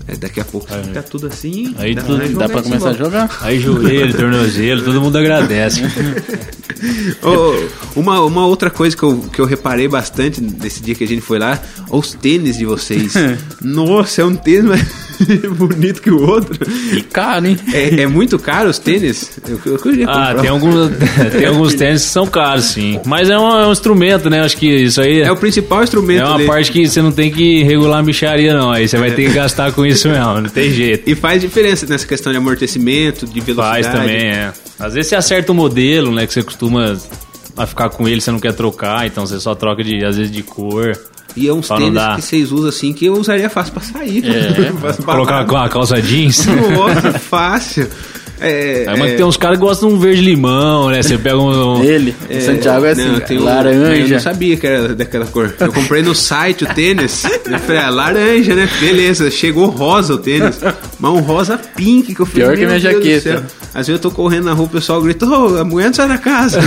S3: É, daqui a pouco
S5: Aí.
S3: tá tudo assim.
S5: Aí
S3: pra
S5: tudo-
S4: Dá
S3: jogar
S4: pra
S3: esse
S4: começar a
S3: bola.
S4: jogar?
S5: Aí joelho, tornozelo, todo mundo agradece.
S3: Ô, ô, uma, uma outra coisa que eu, que eu reparei bastante nesse dia que a gente foi lá, ó, os tênis de vocês. Nossa, é um tênis mais bonito que o outro.
S4: E caro, hein?
S3: É, é muito caro os tênis? Eu, eu queria
S5: Ah,
S3: comprar.
S5: tem alguns, tem alguns tênis que são caros, sim. Mas é um, é um instrumento, né? Acho que isso aí
S3: É
S5: é,
S3: o principal instrumento
S5: uma
S3: dele. É.
S5: parte que você não tem que regular a micharia, não. Aí você vai ter que gastar com isso mesmo, não tem jeito.
S3: E faz diferença nessa questão de amortecimento, de velocidade.
S5: Faz também, é. Às vezes você acerta o modelo, né? Que você costuma a ficar com ele, você não quer trocar, então você só troca, de, às vezes, de cor.
S3: E é uns
S5: Pra não
S3: tênis
S5: dar.
S3: que vocês usam assim que eu usaria fácil pra sair.
S4: É.
S3: Fácil pra
S5: Colocar com a calça jeans.
S3: Nossa, fácil. É,
S5: Aí, mas
S3: é,
S5: tem uns caras que gostam de um verde-limão, né? Você pega um... um-
S4: Ele. O Santiago é assim,
S3: não,
S4: cara,
S3: tem um- Eu
S4: laranja.
S3: não sabia que era daquela cor. Eu comprei no site o tênis. Eu falei, ah, laranja, né? Beleza, chegou rosa o tênis. Mas um rosa pink que eu falei,
S4: Pior que
S3: "Meu
S4: minha
S3: Deus do
S4: jaqueta."
S3: céu. Às vezes eu tô correndo na rua, o pessoal grita, ô, a mulher não sai da casa.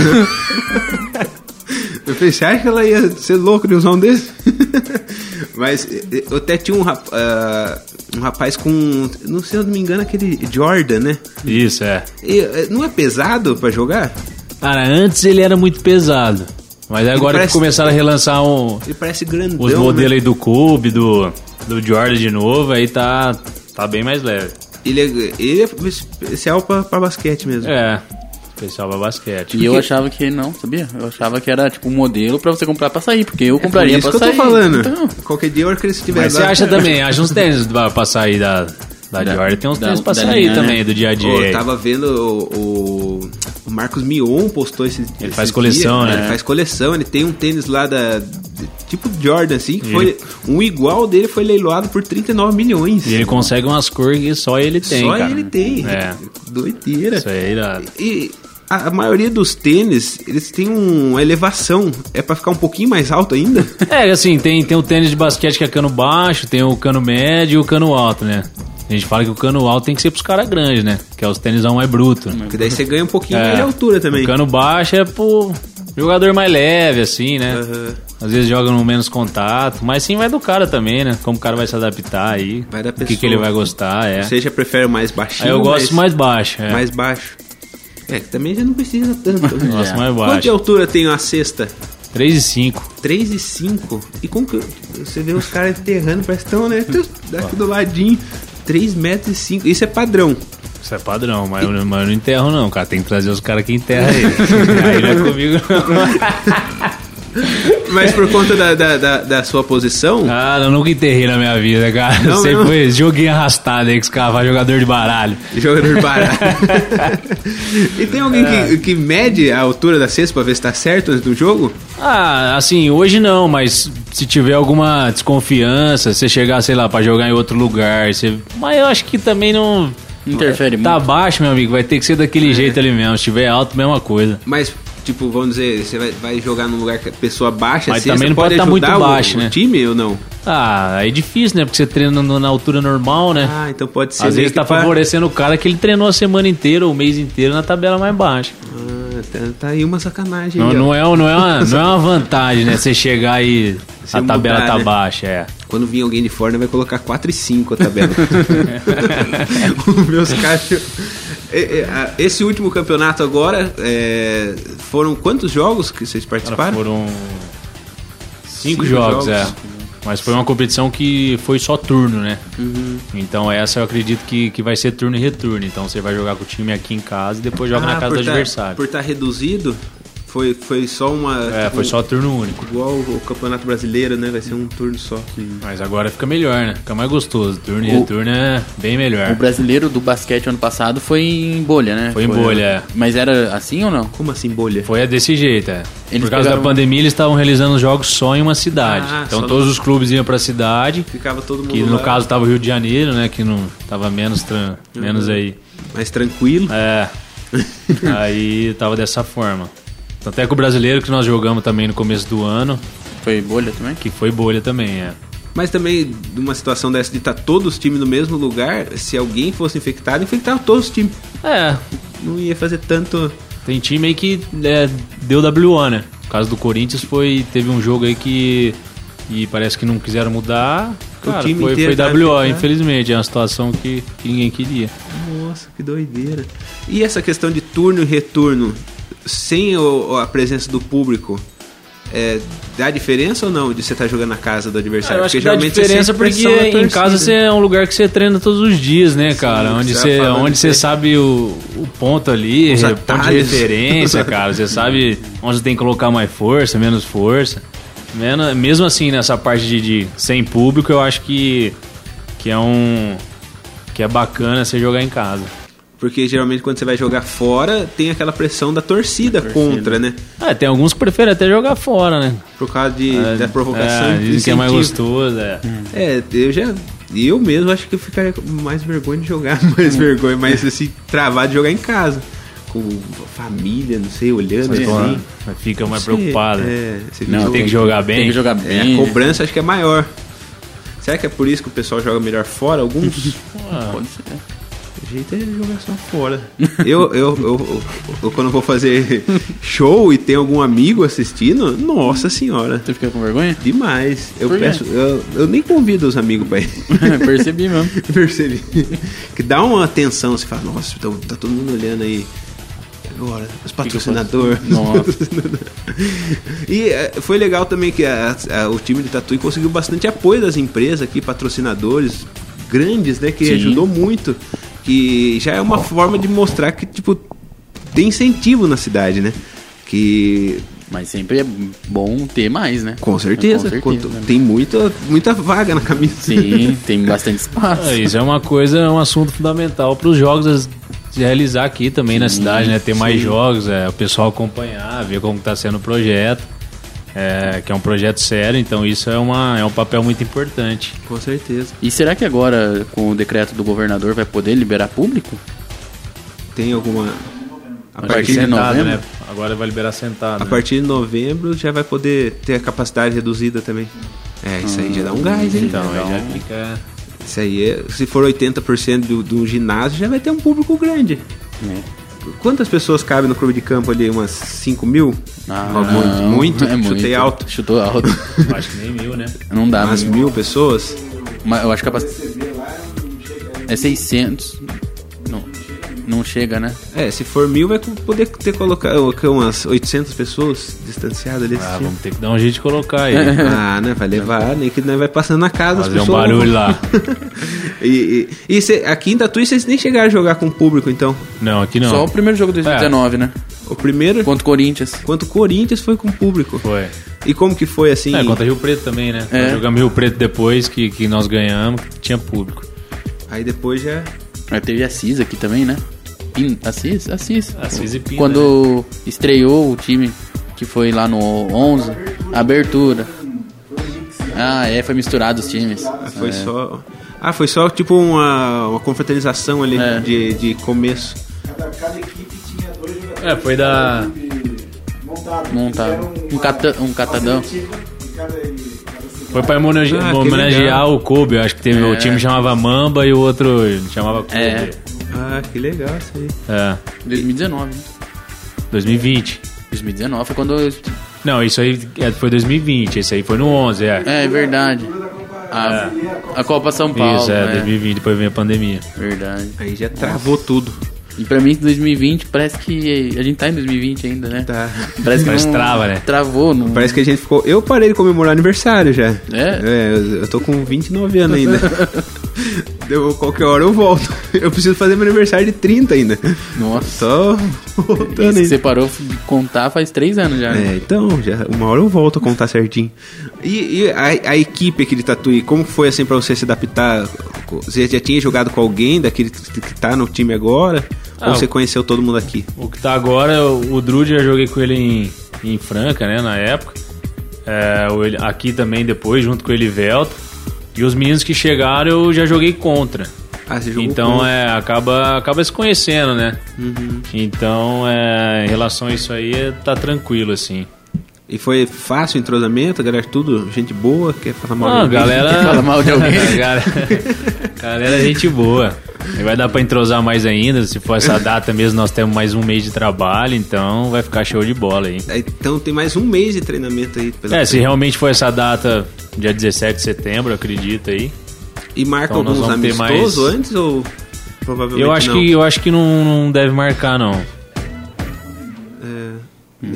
S3: Eu falei, você acha que ela ia ser louca de usar um desse? Mas eh, eh, eu até tinha um, rap- ah, um rapaz com, não sei se eu não me engano, aquele Jordan, né?
S5: Isso, é.
S3: E, eh, não é pesado pra jogar?
S5: Cara, antes ele era muito pesado. Mas agora
S3: parece-
S5: que começaram a relançar um,
S3: Ele parece grandão,
S5: os
S3: né?
S5: modelos aí do Kobe, do, do Jordan de novo, aí tá, tá bem mais leve.
S3: Ele é, ele é especial pra, pra basquete mesmo.
S5: É, especial pra basquete.
S4: E eu achava que não, sabia? Eu achava que era tipo um modelo pra você comprar pra sair, porque eu
S3: Por
S4: compraria
S3: É isso
S4: pra
S3: que
S4: sair.
S3: eu tô falando.
S4: Então,
S3: Qualquer dia, a hora que ele estiver
S5: Mas você
S3: lá-
S5: acha também, acha uns tênis pra, pra sair da, da,
S4: Da-
S5: Jordan, tem uns
S4: da-
S5: tênis pra
S4: da
S5: sair
S4: linha,
S5: também,
S4: né?
S5: do dia a
S3: Pô,
S5: dia.
S3: eu tava vendo o, o- o Marcos Mion postou esse. é,
S5: Ele faz coleção, né?
S3: Ele faz coleção, ele tem um tênis lá da. de- tipo Jordan, assim, que
S5: E
S3: foi.
S5: ele-
S3: Um igual dele foi leiloado por 39 milhões.
S5: E ele consegue umas cores que só ele tem,
S3: Só
S5: cara.
S3: ele tem.
S5: É.
S3: Doideira.
S5: Isso aí é irado.
S3: E a, a maioria dos tênis, eles têm um- uma elevação. É pra ficar um pouquinho mais alto ainda?
S5: É, assim, tem, tem o tênis de basquete que é cano baixo, tem o cano médio e o cano alto, né? A gente fala que o cano alto tem que ser pros caras grandes, né? Que é os tênis mais bruto.
S3: Porque daí você ganha um pouquinho
S5: É,
S3: mais de altura também.
S5: O cano baixo é pro jogador mais leve, assim, né?
S3: Aham.
S5: Às vezes joga no menos contato, mas sim vai do cara também, né? Como o cara vai se adaptar aí.
S3: Vai da
S5: O que, que
S3: pessoa.
S5: ele vai gostar, é.
S3: Você já prefere o mais baixinho?
S5: Aí eu
S3: ou
S5: gosto mais baixo, é.
S3: mais baixo. É, que também já não precisa tanto.
S5: Gosto
S3: Quanto
S5: mais
S3: de
S5: baixo.
S3: altura tem uma cesta?
S5: 3 e 5.
S3: 3 e 5. E como que. Você vê os caras enterrando, parece que estão, né? tu- Aqui do ladinho. 3 metros e 5. Isso é padrão.
S5: Isso é padrão, mas eu, não- mas eu não enterro não, cara. Tem que trazer os caras que enterram ele. Aí não é comigo não.
S3: Mas por conta da, da, da- da sua posição.
S5: Cara, eu Ah, nunca enterrei na minha vida, cara.
S3: Não
S5: Sempre
S3: mesmo?
S5: foi joguinho arrastado aí que os caras fazem jogador de baralho.
S3: Jogador barato. e tem alguém que, que mede a altura da cesta pra ver se tá certo antes do jogo?
S5: Ah, assim, hoje não, mas se tiver alguma desconfiança, você chegar, sei lá, pra jogar em outro lugar, você... Mas eu acho que também não...
S4: Interfere
S5: Tá
S4: muito.
S5: baixo, meu amigo, vai ter que ser
S3: É.
S5: daquele jeito ali mesmo. Se tiver alto, mesma coisa.
S3: Mas, tipo, vamos dizer, você vai, vai jogar num lugar que a pessoa baixa,
S5: Mas
S3: a cesta,
S5: também não pode tá muito
S3: ajudar o-
S5: baixo,
S3: o
S5: né?
S3: time ou não?
S5: Ah, aí é difícil, né? Porque você treina no- na altura normal, né?
S3: Ah, então pode ser.
S5: Às
S3: meio
S5: vezes
S3: que
S5: tá
S3: pra-
S5: favorecendo o cara que ele treinou a semana inteira ou o mês inteiro na tabela mais baixa.
S3: Ah, tá, tá aí uma sacanagem.
S5: Não,
S3: aí, ó.
S5: não, é, não, é, uma, não é uma vantagem, né? Você chegar e
S3: Você
S5: a tabela
S3: mudar,
S5: tá
S3: né?
S5: baixa, é.
S3: Quando vir alguém de fora, né, vai colocar 4 e 5 a tabela. Os meus cachos. É, é, a- Esse último campeonato agora, é, foram quantos jogos que vocês participaram?
S5: Foram cinco, jogos, é. Mas foi uma competição que foi só turno, né?
S3: Uhum.
S5: Então essa eu acredito que, que vai ser turno e retorno. Então você vai jogar com o time aqui em casa e depois joga na
S3: Ah,
S5: casa
S3: por
S5: do
S3: tá-
S5: adversário.
S3: Por estar reduzido, foi, foi só uma.
S5: É, foi
S3: um-
S5: só turno único.
S3: Igual o Campeonato Brasileiro, né? Vai ser um turno só.
S5: Mas agora fica melhor, né? Fica mais gostoso. Turno e retorno é bem melhor.
S4: O brasileiro do basquete ano passado foi em bolha, né?
S5: Foi em
S3: é.
S5: bolha,
S4: Mas era assim ou não?
S3: Como assim, bolha?
S5: Foi desse jeito, é.
S4: Eles
S5: Por causa
S4: pegaram-
S5: da pandemia, eles estavam realizando os jogos só em uma cidade.
S3: Ah,
S5: então
S3: só
S5: todos os clubes iam pra cidade,
S3: Ficava todo mundo.
S5: que no
S3: lá, Uhum.
S5: caso tava o Rio de Janeiro, né? Que não tava menos, tran... menos aí.
S3: Mais tranquilo.
S5: É. aí tava dessa forma. Tanto é que o brasileiro que nós jogamos também no começo do ano,
S4: Foi em bolha também?
S3: Tá
S5: que foi bolha também, é.
S3: Mas também, numa situação dessa de estar todos os times no mesmo lugar, se alguém fosse infectado, infectava todos os times.
S5: É,
S3: Não ia fazer tanto.
S5: tem time aí que é, deu WO, né? No caso do Corinthians foi. Teve um jogo aí que. E parece que não quiseram mudar.
S3: O
S5: Cara,
S3: time
S5: foi,
S3: inteiro
S5: foi
S3: tá
S5: WO,
S3: afetado.
S5: infelizmente. É uma situação que, que ninguém queria.
S3: Nossa, que doideira. E essa questão de turno e retorno, sem o- a presença do público, é, dá diferença ou não de você estar jogando na casa do adversário?
S5: Ah, eu acho que dá
S3: você
S5: diferença
S3: sente
S5: porque
S3: é pressão da
S5: em
S3: torcida.
S5: casa você é um lugar que você treina todos os dias, né, cara?
S3: que
S5: onde
S3: você
S5: você,
S3: vai falando
S5: onde
S3: que
S5: você
S3: você-
S5: sabe o, o ponto ali,
S3: Os
S5: o ponto de
S3: atalhos.
S5: referência, cara. Você sabe onde você tem que colocar mais força, menos força. Menos, mesmo assim, nessa parte de, de sem público, eu acho que, que é um. que é bacana você jogar em casa.
S3: Porque geralmente quando você vai jogar fora, tem aquela pressão da torcida, contra, né?
S5: Ah, tem alguns que preferem até jogar fora, né?
S3: Por causa de, da provocação.
S5: é,
S3: do
S5: dizem que é mais
S3: incentivo.
S5: gostoso, é.
S3: É, eu já. Eu mesmo acho que eu ficaria com mais vergonha de jogar, mais
S4: Hum.
S3: vergonha, mais assim, travar de jogar em casa. Com família, não sei, olhando
S5: Mas, pô,
S3: assim.
S5: fica mais
S3: Você-
S5: preocupado.
S3: É, você
S4: Tá Não,
S3: fica-
S5: Tem que jogar bem.
S4: Tem que jogar
S3: É,
S4: bem.
S3: a
S4: né?
S3: cobrança acho que é maior. Será que é por isso que o pessoal joga melhor fora? Alguns.
S4: Ah, Pode ser.
S3: O jeito é jogar só fora. Eu, eu, eu, eu- eu quando vou fazer show e tem algum amigo assistindo, nossa senhora,
S4: Você fica com vergonha?
S3: demais. Eu
S4: Por quê?
S3: peço, eu, eu nem convido os amigos pra ir.
S4: Percebi mesmo.
S3: Percebi. Que dá uma atenção, você fala, nossa, tá, tá todo mundo olhando aí. Agora, os patrocinadores.
S4: Nossa.
S3: E eh, foi legal também que a- a- o time de Tatuí conseguiu bastante apoio das empresas aqui, patrocinadores grandes, né? Que
S4: Sim.
S3: ajudou muito. Que já é uma forma de mostrar que, tipo, tem incentivo na cidade, né? Que
S4: Mas sempre é bom ter mais, né?
S3: com certeza, quanto- tem muita, muita vaga na camisa.
S4: Sim, tem bastante espaço.
S5: É, isso é uma coisa, é um assunto fundamental para os jogos as- se realizar aqui também na cidade, né? Ter mais jogos, é, o pessoal acompanhar, ver como está sendo o projeto, é, que é um projeto sério, então isso é, uma, é um papel muito importante.
S3: Com certeza.
S4: E será que agora, com o decreto do governador, vai poder liberar público?
S3: Tem alguma. A
S4: Acho que
S3: partir,
S4: sim.
S3: de, no-
S5: Sentado,
S4: novembro?
S5: né? Agora vai liberar sentado.
S3: a
S5: né?
S3: partir de novembro já vai poder ter a capacidade reduzida também. É, isso aí já dá um gás, hein?
S5: Então,
S3: Já dá
S5: aí
S3: um-
S5: já fica.
S3: Isso aí, é- se for 80% do, do ginásio, já vai ter um público grande.
S5: É.
S3: Quantas pessoas cabem no clube de campo ali? Umas 5 mil?
S5: Ah,
S3: Ó, muito, muito.
S4: Ah, é muito.
S3: Chutei alto.
S4: Chutou alto.
S5: Acho que nem mil, né?
S4: Não dá,
S3: Umas
S4: mas,
S3: mil pessoas?
S4: mas eu acho que a capacidade... É 600. Não. Não chega, né?
S3: É, se for mil, vai poder ter colocado o quê? umas 800 pessoas distanciadas ali
S5: Ah,
S3: assistindo.
S5: vamos ter que dar um jeito de colocar aí.
S3: Ah, né? Vai levar, nem que nós vai passando na casa. as
S5: Fazer um
S3: pessoas vão-
S5: barulho lá.
S3: E, e, e cê- aqui em Tatuí vocês nem chegaram a jogar com o público, então.
S5: Não, aqui não. É.
S4: Só o primeiro jogo de 2019, né?
S3: O primeiro,
S4: Contra o Corinthians.
S3: quanto o Corinthians, foi com o público.
S5: Foi.
S3: E como que foi, assim?
S5: É, contra Rio Preto também, né?
S4: É.
S5: Nós Jogamos Rio Preto depois que, que nós ganhamos, que tinha público.
S3: Aí depois já...
S4: Aí teve Assis aqui também, né? Pin, Assis? Assis.
S5: Assis e né? Pina,
S4: Quando estreou o time, que foi lá no 11, abertura. Ah, é, foi misturado os times.
S3: Ah, Foi só... Ah, foi só tipo uma, uma confraternização ali
S4: É.
S3: de, de começo.
S5: É, foi da.
S4: Montado. Um, cata, um catadão.
S5: Foi pra homenage-
S3: Ah, que
S5: homenagear
S3: legal.
S5: o Kobe. eu Acho que teve. O time chamava Mamba e o outro chamava Kobe.
S4: É.
S3: Ah, que legal isso aí.
S5: É,
S4: 2019, né?
S5: 2020.
S4: 2019 foi quando eu...
S5: Não, isso aí é, foi 2020. Esse aí foi no 11, é.
S4: É, é verdade. A, a Copa São Paulo,
S5: Isso, é,
S4: né?
S5: 2020, depois veio a pandemia.
S4: Verdade.
S3: Aí já travou tudo.
S4: E pra mim, 2020, parece que... A gente tá em 2020 ainda, né?
S3: Tá.
S4: Parece que
S5: Mas
S4: não-
S5: trava, né?
S4: Travou. Não...
S3: Parece que a gente ficou... Eu parei de comemorar aniversário já.
S4: É?
S3: É, eu, eu tô com 29 anos ainda. Deu, qualquer hora eu volto. Eu preciso fazer meu aniversário de 30 ainda.
S4: Nossa.
S3: Só
S4: Isso
S3: voltando
S4: que
S3: aí.
S4: você parou de contar faz três anos já. né?
S3: Tá É, então, já, uma hora eu volto a contar certinho. E, e a, a equipe aqui de Tatuí, como foi assim pra você se adaptar? Você já tinha jogado com alguém daquele que que tá no time agora?
S5: Ah,
S3: ou você conheceu todo mundo aqui?
S5: O que tá agora, o Drude eu joguei com ele em, em Franca, né, na época. É, o Eli- aqui também depois, junto com o Elivelto. E os meninos que chegaram eu já joguei contra.
S3: Ah, você
S5: Então
S3: com-
S5: é, acaba, acaba se conhecendo, né?
S4: Uhum.
S5: Então, é, em relação a isso aí, é- tá tranquilo, assim.
S3: E foi fácil o entrosamento, a galera, tudo, gente boa, quer falar mal
S5: Ah,
S3: de alguém?
S5: galera.
S4: Fala mal de alguém.
S5: galera, galera, é gente boa. E vai dar pra entrosar mais ainda. Se for essa data mesmo, nós temos mais um mês de trabalho, então vai ficar show de bola aí.
S3: Aí, Então tem mais um mês de treinamento aí. pela-
S5: É, se realmente for essa data, dia 17 de setembro, eu acredito aí.
S3: E marca
S5: então nós
S3: alguns
S5: vamos ter
S3: amistosos
S5: mais-
S3: antes ou provavelmente
S5: Eu acho
S3: não?
S5: que, eu acho que não, não deve marcar, não.
S3: É,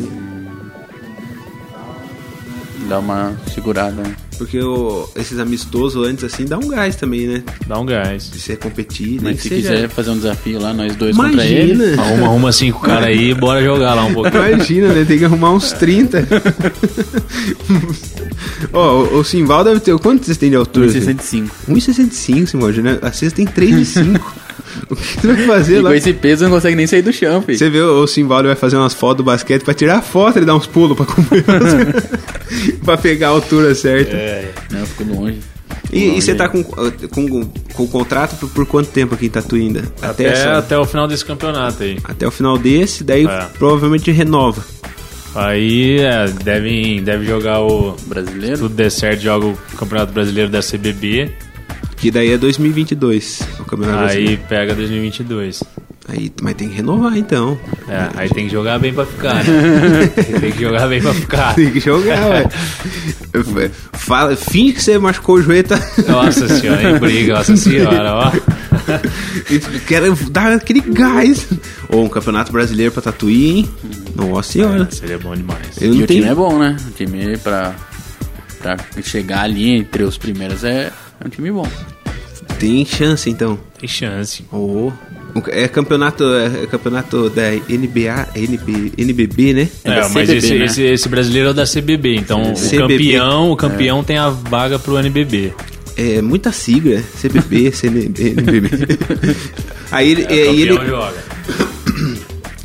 S4: Dá uma segurada. né?
S3: porque o- esses amistosos antes, assim, dá um gás também, né?
S5: Dá um gás.
S3: De você competir, nem
S4: Mas
S3: que
S4: se
S3: seja-
S4: quiser fazer um desafio lá, nós dois contra
S3: Imagina.
S4: ele.
S5: Arruma, arruma cinco caras aí e bora jogar lá um pouquinho.
S3: Imagina, né? Tem que arrumar uns 30. Ó, o- o Simval deve ter. Quanto vocês têm de altura? Um gente?
S4: 165.
S3: 1,65, Simval. né? A César tem 3,5. o que você vai fazer
S4: E
S3: lá?
S4: com esse peso não consegue nem sair do chão, filho.
S3: Você vê o Simval ele vai fazer umas fotos do basquete pra tirar a foto, ele dá uns pulos pra acompanhar. pra pegar a altura certa.
S4: Não, eu fico longe.
S3: E, e
S4: Longe
S3: você tá
S4: aí.
S3: com, com, com o contrato por, por quanto tempo aqui em Tatuí ainda?
S5: Até,
S3: essa-
S5: até o final desse campeonato aí.
S3: até o final desse, daí
S5: É.
S3: provavelmente renova.
S5: Aí é, devem, deve jogar o. Se
S4: Brasileiro?
S5: tudo der certo, joga o Campeonato Brasileiro da CBB.
S3: Que daí é 2022 o Campeonato
S5: Aí
S3: Brasileiro.
S5: pega 2022.
S3: Aí, mas tem que renovar então.
S5: É, aí tem que jogar bem pra ficar. Né? tem que jogar bem pra ficar.
S3: Tem que jogar, ué. F- Fala, finge que você machucou o joelho, tá?
S5: Nossa senhora, hein? Briga, nossa senhora, ó.
S3: Quero dar aquele gás. Ou um campeonato brasileiro pra Tatuí, hein? Nossa senhora.
S5: É, seria bom demais.
S3: Eu
S4: E
S3: não
S4: o time
S3: tenho.
S4: é bom, né? O time pra, pra chegar ali entre os primeiros é, é um time bom.
S3: Tem chance então.
S5: Tem chance.
S3: Oh. É campeonato, é campeonato da NBA, NB, NBB, né?
S4: É
S5: É,
S4: da
S5: mas
S4: CBB,
S5: esse,
S4: né?
S5: esse, esse brasileiro é o da CBB, então
S3: CBB.
S5: o campeão, o campeão tem a vaga pro NBB.
S3: É muita sigla, CBB, CNB, NBB. aí ele,
S5: É, o
S3: aí
S5: campeão
S3: ele,
S5: joga,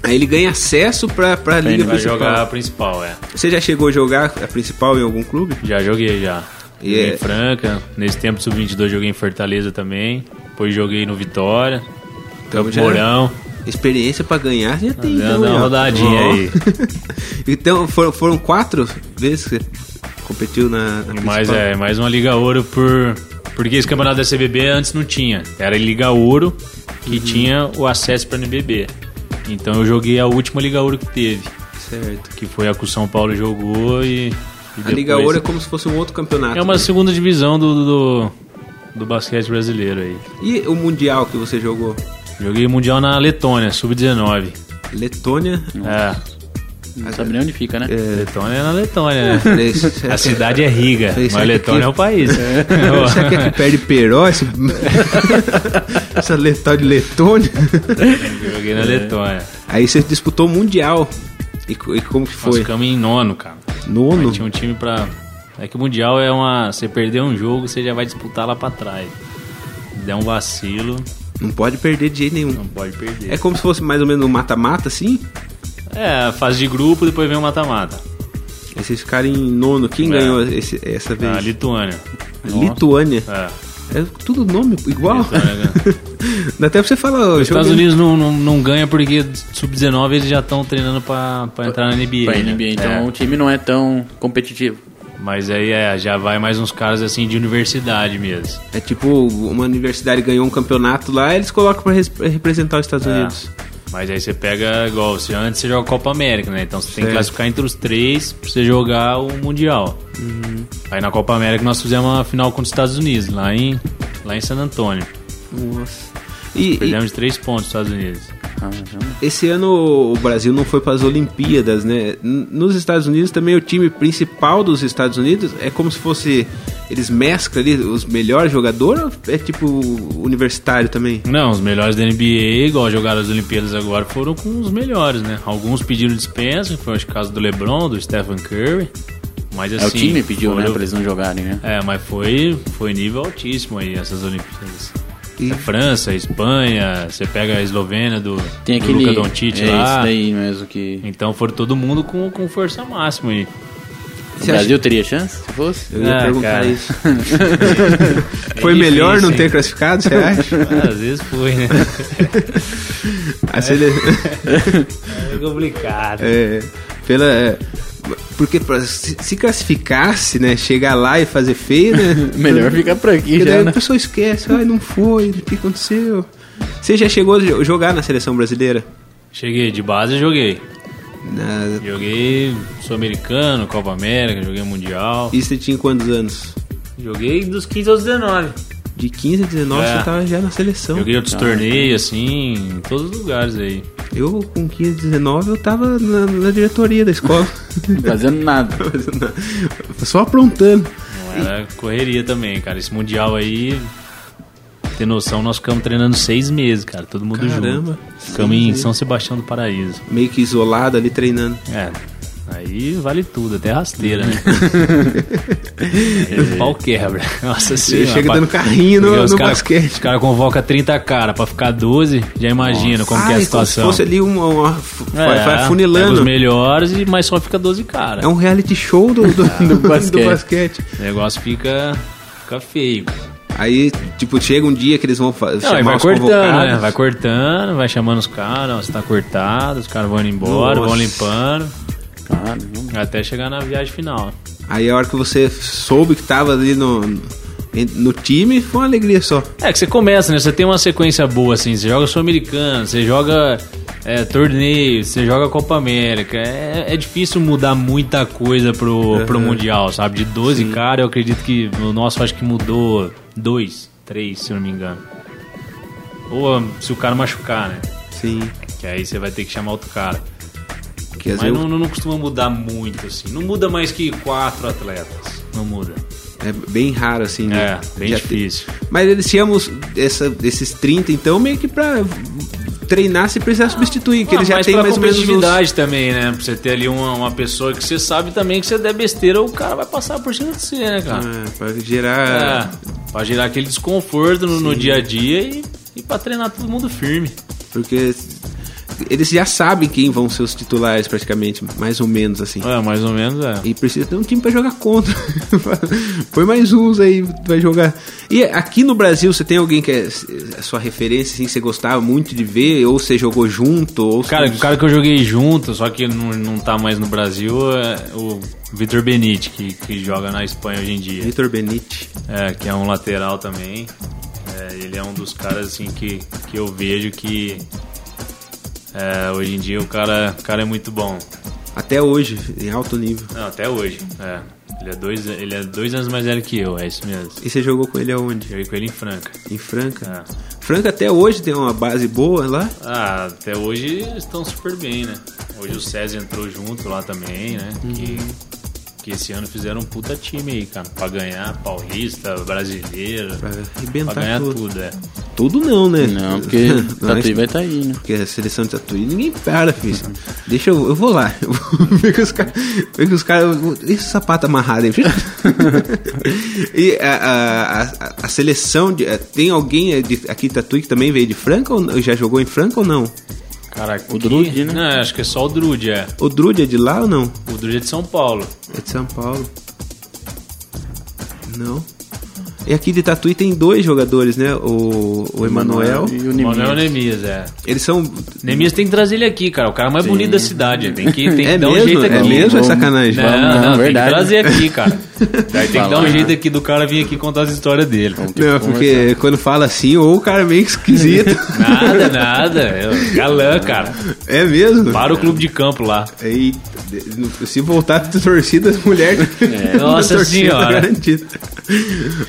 S3: aí ele ganha acesso pra, pra
S4: ele
S3: liga
S5: vai
S3: principal.
S5: jogar a principal, é.
S3: Você já chegou a jogar a principal em algum clube?
S5: Já joguei já.
S3: E
S5: Joguei
S3: é-
S5: em Franca, nesse tempo sub-22 joguei em Fortaleza também, depois joguei no Vitória, Campo
S3: Então já- é
S5: Mourão,
S3: Experiência pra ganhar já tem.
S5: Então, dando uma
S3: ó.
S5: rodadinha
S3: Ó.
S5: aí.
S3: então foram, foram quatro vezes que você competiu na, na
S5: E mais,
S3: principal?
S5: é, mais uma Liga Ouro por... Porque esse campeonato da CBB antes não tinha. Era Liga Ouro
S3: Uhum.
S5: que tinha o acesso pra NBB. Então eu joguei a última Liga Ouro que teve.
S3: Certo.
S5: que foi a que o São Paulo jogou e. e
S3: A Liga
S5: depois-
S3: Ouro é como se fosse um outro campeonato.
S5: É uma
S3: né?
S5: segunda divisão do, do, do basquete brasileiro aí.
S3: E o Mundial que você jogou?
S5: Joguei Mundial na Letônia, sub-19.
S3: Letônia.
S5: É,
S4: Não sabe nem onde fica, né?
S5: Letônia é na Letônia, né?
S3: Falei, isso-
S5: A cidade é riga,
S3: Falei,
S5: mas
S3: será que
S5: Letônia
S3: aqui-
S5: é o país.
S3: Será que é que perde Peró? Esse... Essa letal de Letônia.
S5: Eu joguei
S3: É.
S5: na Letônia.
S3: Aí você disputou o Mundial. E, co- e como que
S5: Nós
S3: foi?
S5: ficamos em nono, cara.
S3: Nono?
S5: Aí tinha um time pra. É que o Mundial é uma. Você perder um jogo, você já vai disputar lá pra trás. Der um vacilo,
S3: Não pode perder de jeito nenhum.
S5: não pode perder.
S3: É como se fosse mais ou menos um mata-mata, assim?
S5: É, fase de grupo, depois vem o mata-mata.
S3: Aí vocês ficarem em nono. Quem
S5: É. Ah,
S3: ganhou esse- essa vez?
S5: A Lituânia.
S3: Lituânia.
S5: É.
S3: É tudo nome igual.
S5: Lituânia.
S3: Dá até pra você falar. ó,
S5: Os é, né? Estados
S3: joguei-
S5: Unidos não, não, não ganha porque sub-19 eles já estão treinando pra, pra entrar na NBA.
S4: Pra
S5: né?
S4: NBA, então
S5: É.
S4: o time não é tão competitivo.
S5: Mas aí é, já vai mais uns caras assim de universidade mesmo.
S3: É tipo, uma universidade ganhou um campeonato lá, eles colocam pra res- pra representar os Estados
S5: É.
S3: Unidos.
S5: Mas aí você pega, igual, você, antes você joga Copa América, né? Então você tem
S3: Certo.
S5: que classificar entre os três pra você jogar o Mundial. Aí na Copa América nós fizemos uma final contra os Estados Unidos, lá em, lá em San Antônio.
S3: Nossa. E, e
S5: Perdemos de três pontos os Estados Unidos.
S4: Ah,
S3: esse ano o Brasil não foi para as Olimpíadas, né? N- Nos Estados Unidos também o time principal dos Estados Unidos é como se fosse eles mesclam ali os melhores jogadores, ou é tipo universitário também.
S5: Não, os melhores da NBA, igual jogaram as Olimpíadas agora, foram com os melhores, né? Alguns pediram dispensa, que foi o caso do LeBron, do Stephen Curry. Mas assim.
S4: é o time pediu, né?
S5: foram-
S4: Pra eles não jogarem, né?
S5: É, mas foi, foi nível altíssimo aí essas Olimpíadas.
S3: E-
S5: É França, Espanha, você pega a Eslovênia do,
S4: Tem
S5: do
S4: aquele.
S5: Luka Doncic
S4: é isso
S5: lá.
S4: daí mesmo que.
S5: Então foram todo mundo com, com força máxima aí.
S4: O
S3: Você
S4: Brasil teria chance se fosse?
S3: Eu ia
S5: Ah,
S3: perguntar
S5: cara.
S3: isso.
S4: É
S3: foi
S5: difícil,
S3: melhor não
S5: hein?
S3: ter classificado, você acha?
S5: Ah, Às vezes foi, né?
S3: A sele-
S5: É complicado.
S3: é, pela é, porque pra- se, se classificasse, né, chegar lá e fazer feio, né?
S4: Melhor ficar por aqui
S3: Porque daí
S4: já,
S3: a
S4: né?
S3: pessoa esquece, ai, não foi, o que aconteceu? Você já chegou a jo- jogar na seleção brasileira?
S5: Cheguei de base e joguei.
S3: Na-
S5: Joguei Sul-Americano, Copa América, joguei Mundial.
S3: E você tinha quantos anos?
S5: Joguei dos 15 aos 19.
S3: De 15 a 19
S5: É.
S3: você tava já na seleção.
S5: Joguei outros torneios, assim, em todos os lugares aí.
S3: Eu, com 15 a 19, eu tava na, na diretoria da escola.
S4: Fazendo nada.
S3: Só aprontando.
S5: Era correria também, cara. Esse Mundial aí, ter noção, nós ficamos treinando seis meses, cara. Todo mundo
S3: Caramba.
S5: junto. Ficamos em São Sebastião do Paraíso.
S3: Meio que isolado ali treinando.
S5: É. Aí vale tudo, até rasteira, né? aí o pau quebra. Nossa senhora.
S3: chega
S5: pá.
S3: dando carrinho no-
S5: Porque
S3: no
S5: cara-
S3: basquete.
S5: Os caras convocam 30 cara pra ficar 12, já imagina como que é a
S3: Ai, Ah, como então se
S5: situação. É,
S3: fosse ali uma. uma fu- vai- vai
S5: pega
S3: afunilando.
S5: os melhores, e- mas só fica 12 cara.
S3: É um reality show do, do, do- do basquete.
S5: basquete. O negócio fica, fica feio.
S3: Aí, tipo, chega um dia que eles vão fa-
S5: Não, aí
S3: chamar
S5: vai
S3: os convocados.
S5: cortando, né? Vai cortando, vai chamando os caras, ó, você tá cortado, os caras vão indo embora,
S3: Nossa.
S5: vão limpando,
S4: Claro, não.
S5: até chegar na viagem final.
S3: Aí a hora que você soube que tava ali no, no time, foi uma alegria só.
S5: É que você começa, né? Você tem uma sequência boa, assim, você joga Sul-Americano, você joga é, torneio, você joga Copa América. É, é difícil mudar muita coisa pro, pro Mundial, sabe? De 12 caras, eu acredito que o nosso acho que mudou dois, três, se eu não me engano. Ou ah, se o cara machucar, né?
S3: Sim.
S5: Que aí você vai ter que chamar outro cara.
S3: Que às
S5: Mas
S3: vezes
S5: não, não, não costuma mudar muito, assim. Não muda mais que quatro atletas. Não muda.
S3: é bem raro, assim, né?
S5: É, bem
S3: Já
S5: difícil.
S3: te- Mas eles chamam os- essa, esses 30, então, meio que pra treinar se precisar substituir, que
S5: Ah,
S3: eles já
S5: mas
S3: têm
S5: pra
S3: mais ou menos os...
S5: competitividade também, né? Pra você ter ali uma, uma pessoa que você sabe também que você der besteira, o cara vai passar por cima de você, né, cara?
S3: Ah, pra gerar...
S5: É, pra gerar aquele desconforto no, no dia a dia e, e pra treinar todo mundo firme.
S3: Porque eles já sabem quem vão ser os titulares, praticamente, mais ou menos, assim.
S5: É, mais ou menos, é.
S3: E precisa ter um time pra jogar contra. Põe mais uns aí, vai jogar. E aqui no Brasil, você tem alguém que é a sua referência, assim, que você gostava muito de ver? Ou você jogou junto? Ou
S5: Cara, o cara que eu joguei junto, só que não, não tá mais no Brasil, é o Vitor Benite, que, que joga na Espanha hoje em dia.
S3: Vitor Benite.
S5: É, que é um lateral também. É, ele é um dos caras assim que, que eu vejo que é, hoje em dia o cara, o cara é muito bom.
S3: Até hoje, em alto nível.
S5: Não, até hoje. É. Ele é, dois, ele é dois anos mais velho que eu, é isso mesmo.
S3: E você jogou com ele aonde?
S5: Eu ia com ele em Franca.
S3: Em Franca?
S5: Ah.
S3: Franca até hoje tem uma base boa lá.
S5: Ah, até hoje eles estão super bem, né? Hoje o César entrou junto lá também, né?
S3: Uhum.
S5: Que, que esse ano fizeram um puta time aí, cara. Pra ganhar paulista, brasileiro.
S3: Pra
S5: Pra
S3: arrebentar
S5: ganhar
S3: tudo.
S5: tudo. é.
S3: Tudo não, né?
S4: Não, porque
S3: Não,
S4: Tatuí vai tá aí, né?
S3: Porque a seleção de Tatuí ninguém para, filho. Deixa eu. Eu vou lá. Eu vou ver que os caras. Ver que os caras. Deixa o sapato amarrado aí. e a, a, a, a seleção de. eh, Tem alguém de- aqui em Tatuí que também veio de Franca ou não? já jogou em Franca ou não?
S5: Caraca,
S4: O Drude, né?
S5: Não, acho que é só o Drude, é.
S3: O Drude é de lá ou não?
S5: O Drude é de São Paulo.
S3: É de São Paulo. Não. E aqui de Tatuí tem dois jogadores, né? O, o Emanuel.
S4: E o
S5: O Manuel
S4: Nemias.
S5: Nemias, é.
S3: Eles são.
S5: Nemias tem que trazer ele aqui, cara. é O cara mais bonito da cidade. Tem que, tem que
S3: É
S5: dar um
S3: mesmo?
S5: jeito aqui.
S3: É mesmo? É
S4: Vamos-
S3: sacanagem.
S5: Não,
S4: Não,
S5: não, tem que
S4: verdade.
S5: trazer aqui, cara. Daí tem que dar um
S4: Falar.
S5: jeito aqui do cara vir aqui contar as histórias dele.
S3: Não,
S4: Tipo,
S3: porque quando fala assim, ou o cara é meio esquisito.
S5: Nada, nada. Eu- Galã, cara.
S3: é mesmo?
S5: Para o clube de campo lá.
S3: Eita, de- se voltar pra torcida, as mulheres.
S4: É,
S3: da
S5: Nossa senhora.
S3: garantida.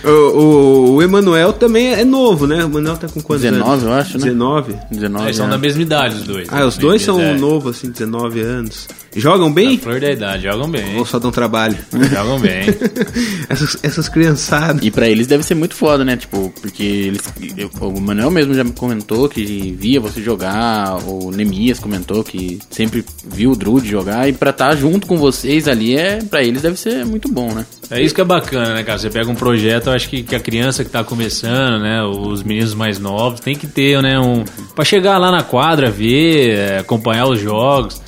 S3: O, o, o Emanuel também é novo, né? O Emanuel tá com quantos
S4: 19,
S3: anos?
S4: eu acho, né?
S3: 19?
S4: 19
S5: Eles são
S4: né?
S5: da mesma idade, os dois.
S3: Ah, os
S5: Nemias,
S3: dois são
S5: é.
S3: novos, assim, 19 anos. Jogam bem?
S5: A
S4: Tá
S5: flor da idade. Jogam
S3: Ou
S5: bem.
S3: só dão trabalho?
S5: Jogam bem.
S3: essas, essas criançadas.
S4: E pra eles deve ser muito foda, né? Tipo, porque eles. eu- o Manuel mesmo já me comentou que via você jogar, o Nemias comentou que sempre viu o Drude jogar, e pra estar junto com vocês ali, é pra eles deve ser muito bom, né?
S5: É isso que é bacana, né, cara? Você pega um projeto, eu acho que, que a criança que tá começando, né? Os meninos mais novos, tem que ter, né? Um, pra chegar lá na quadra, ver, é, acompanhar os jogos.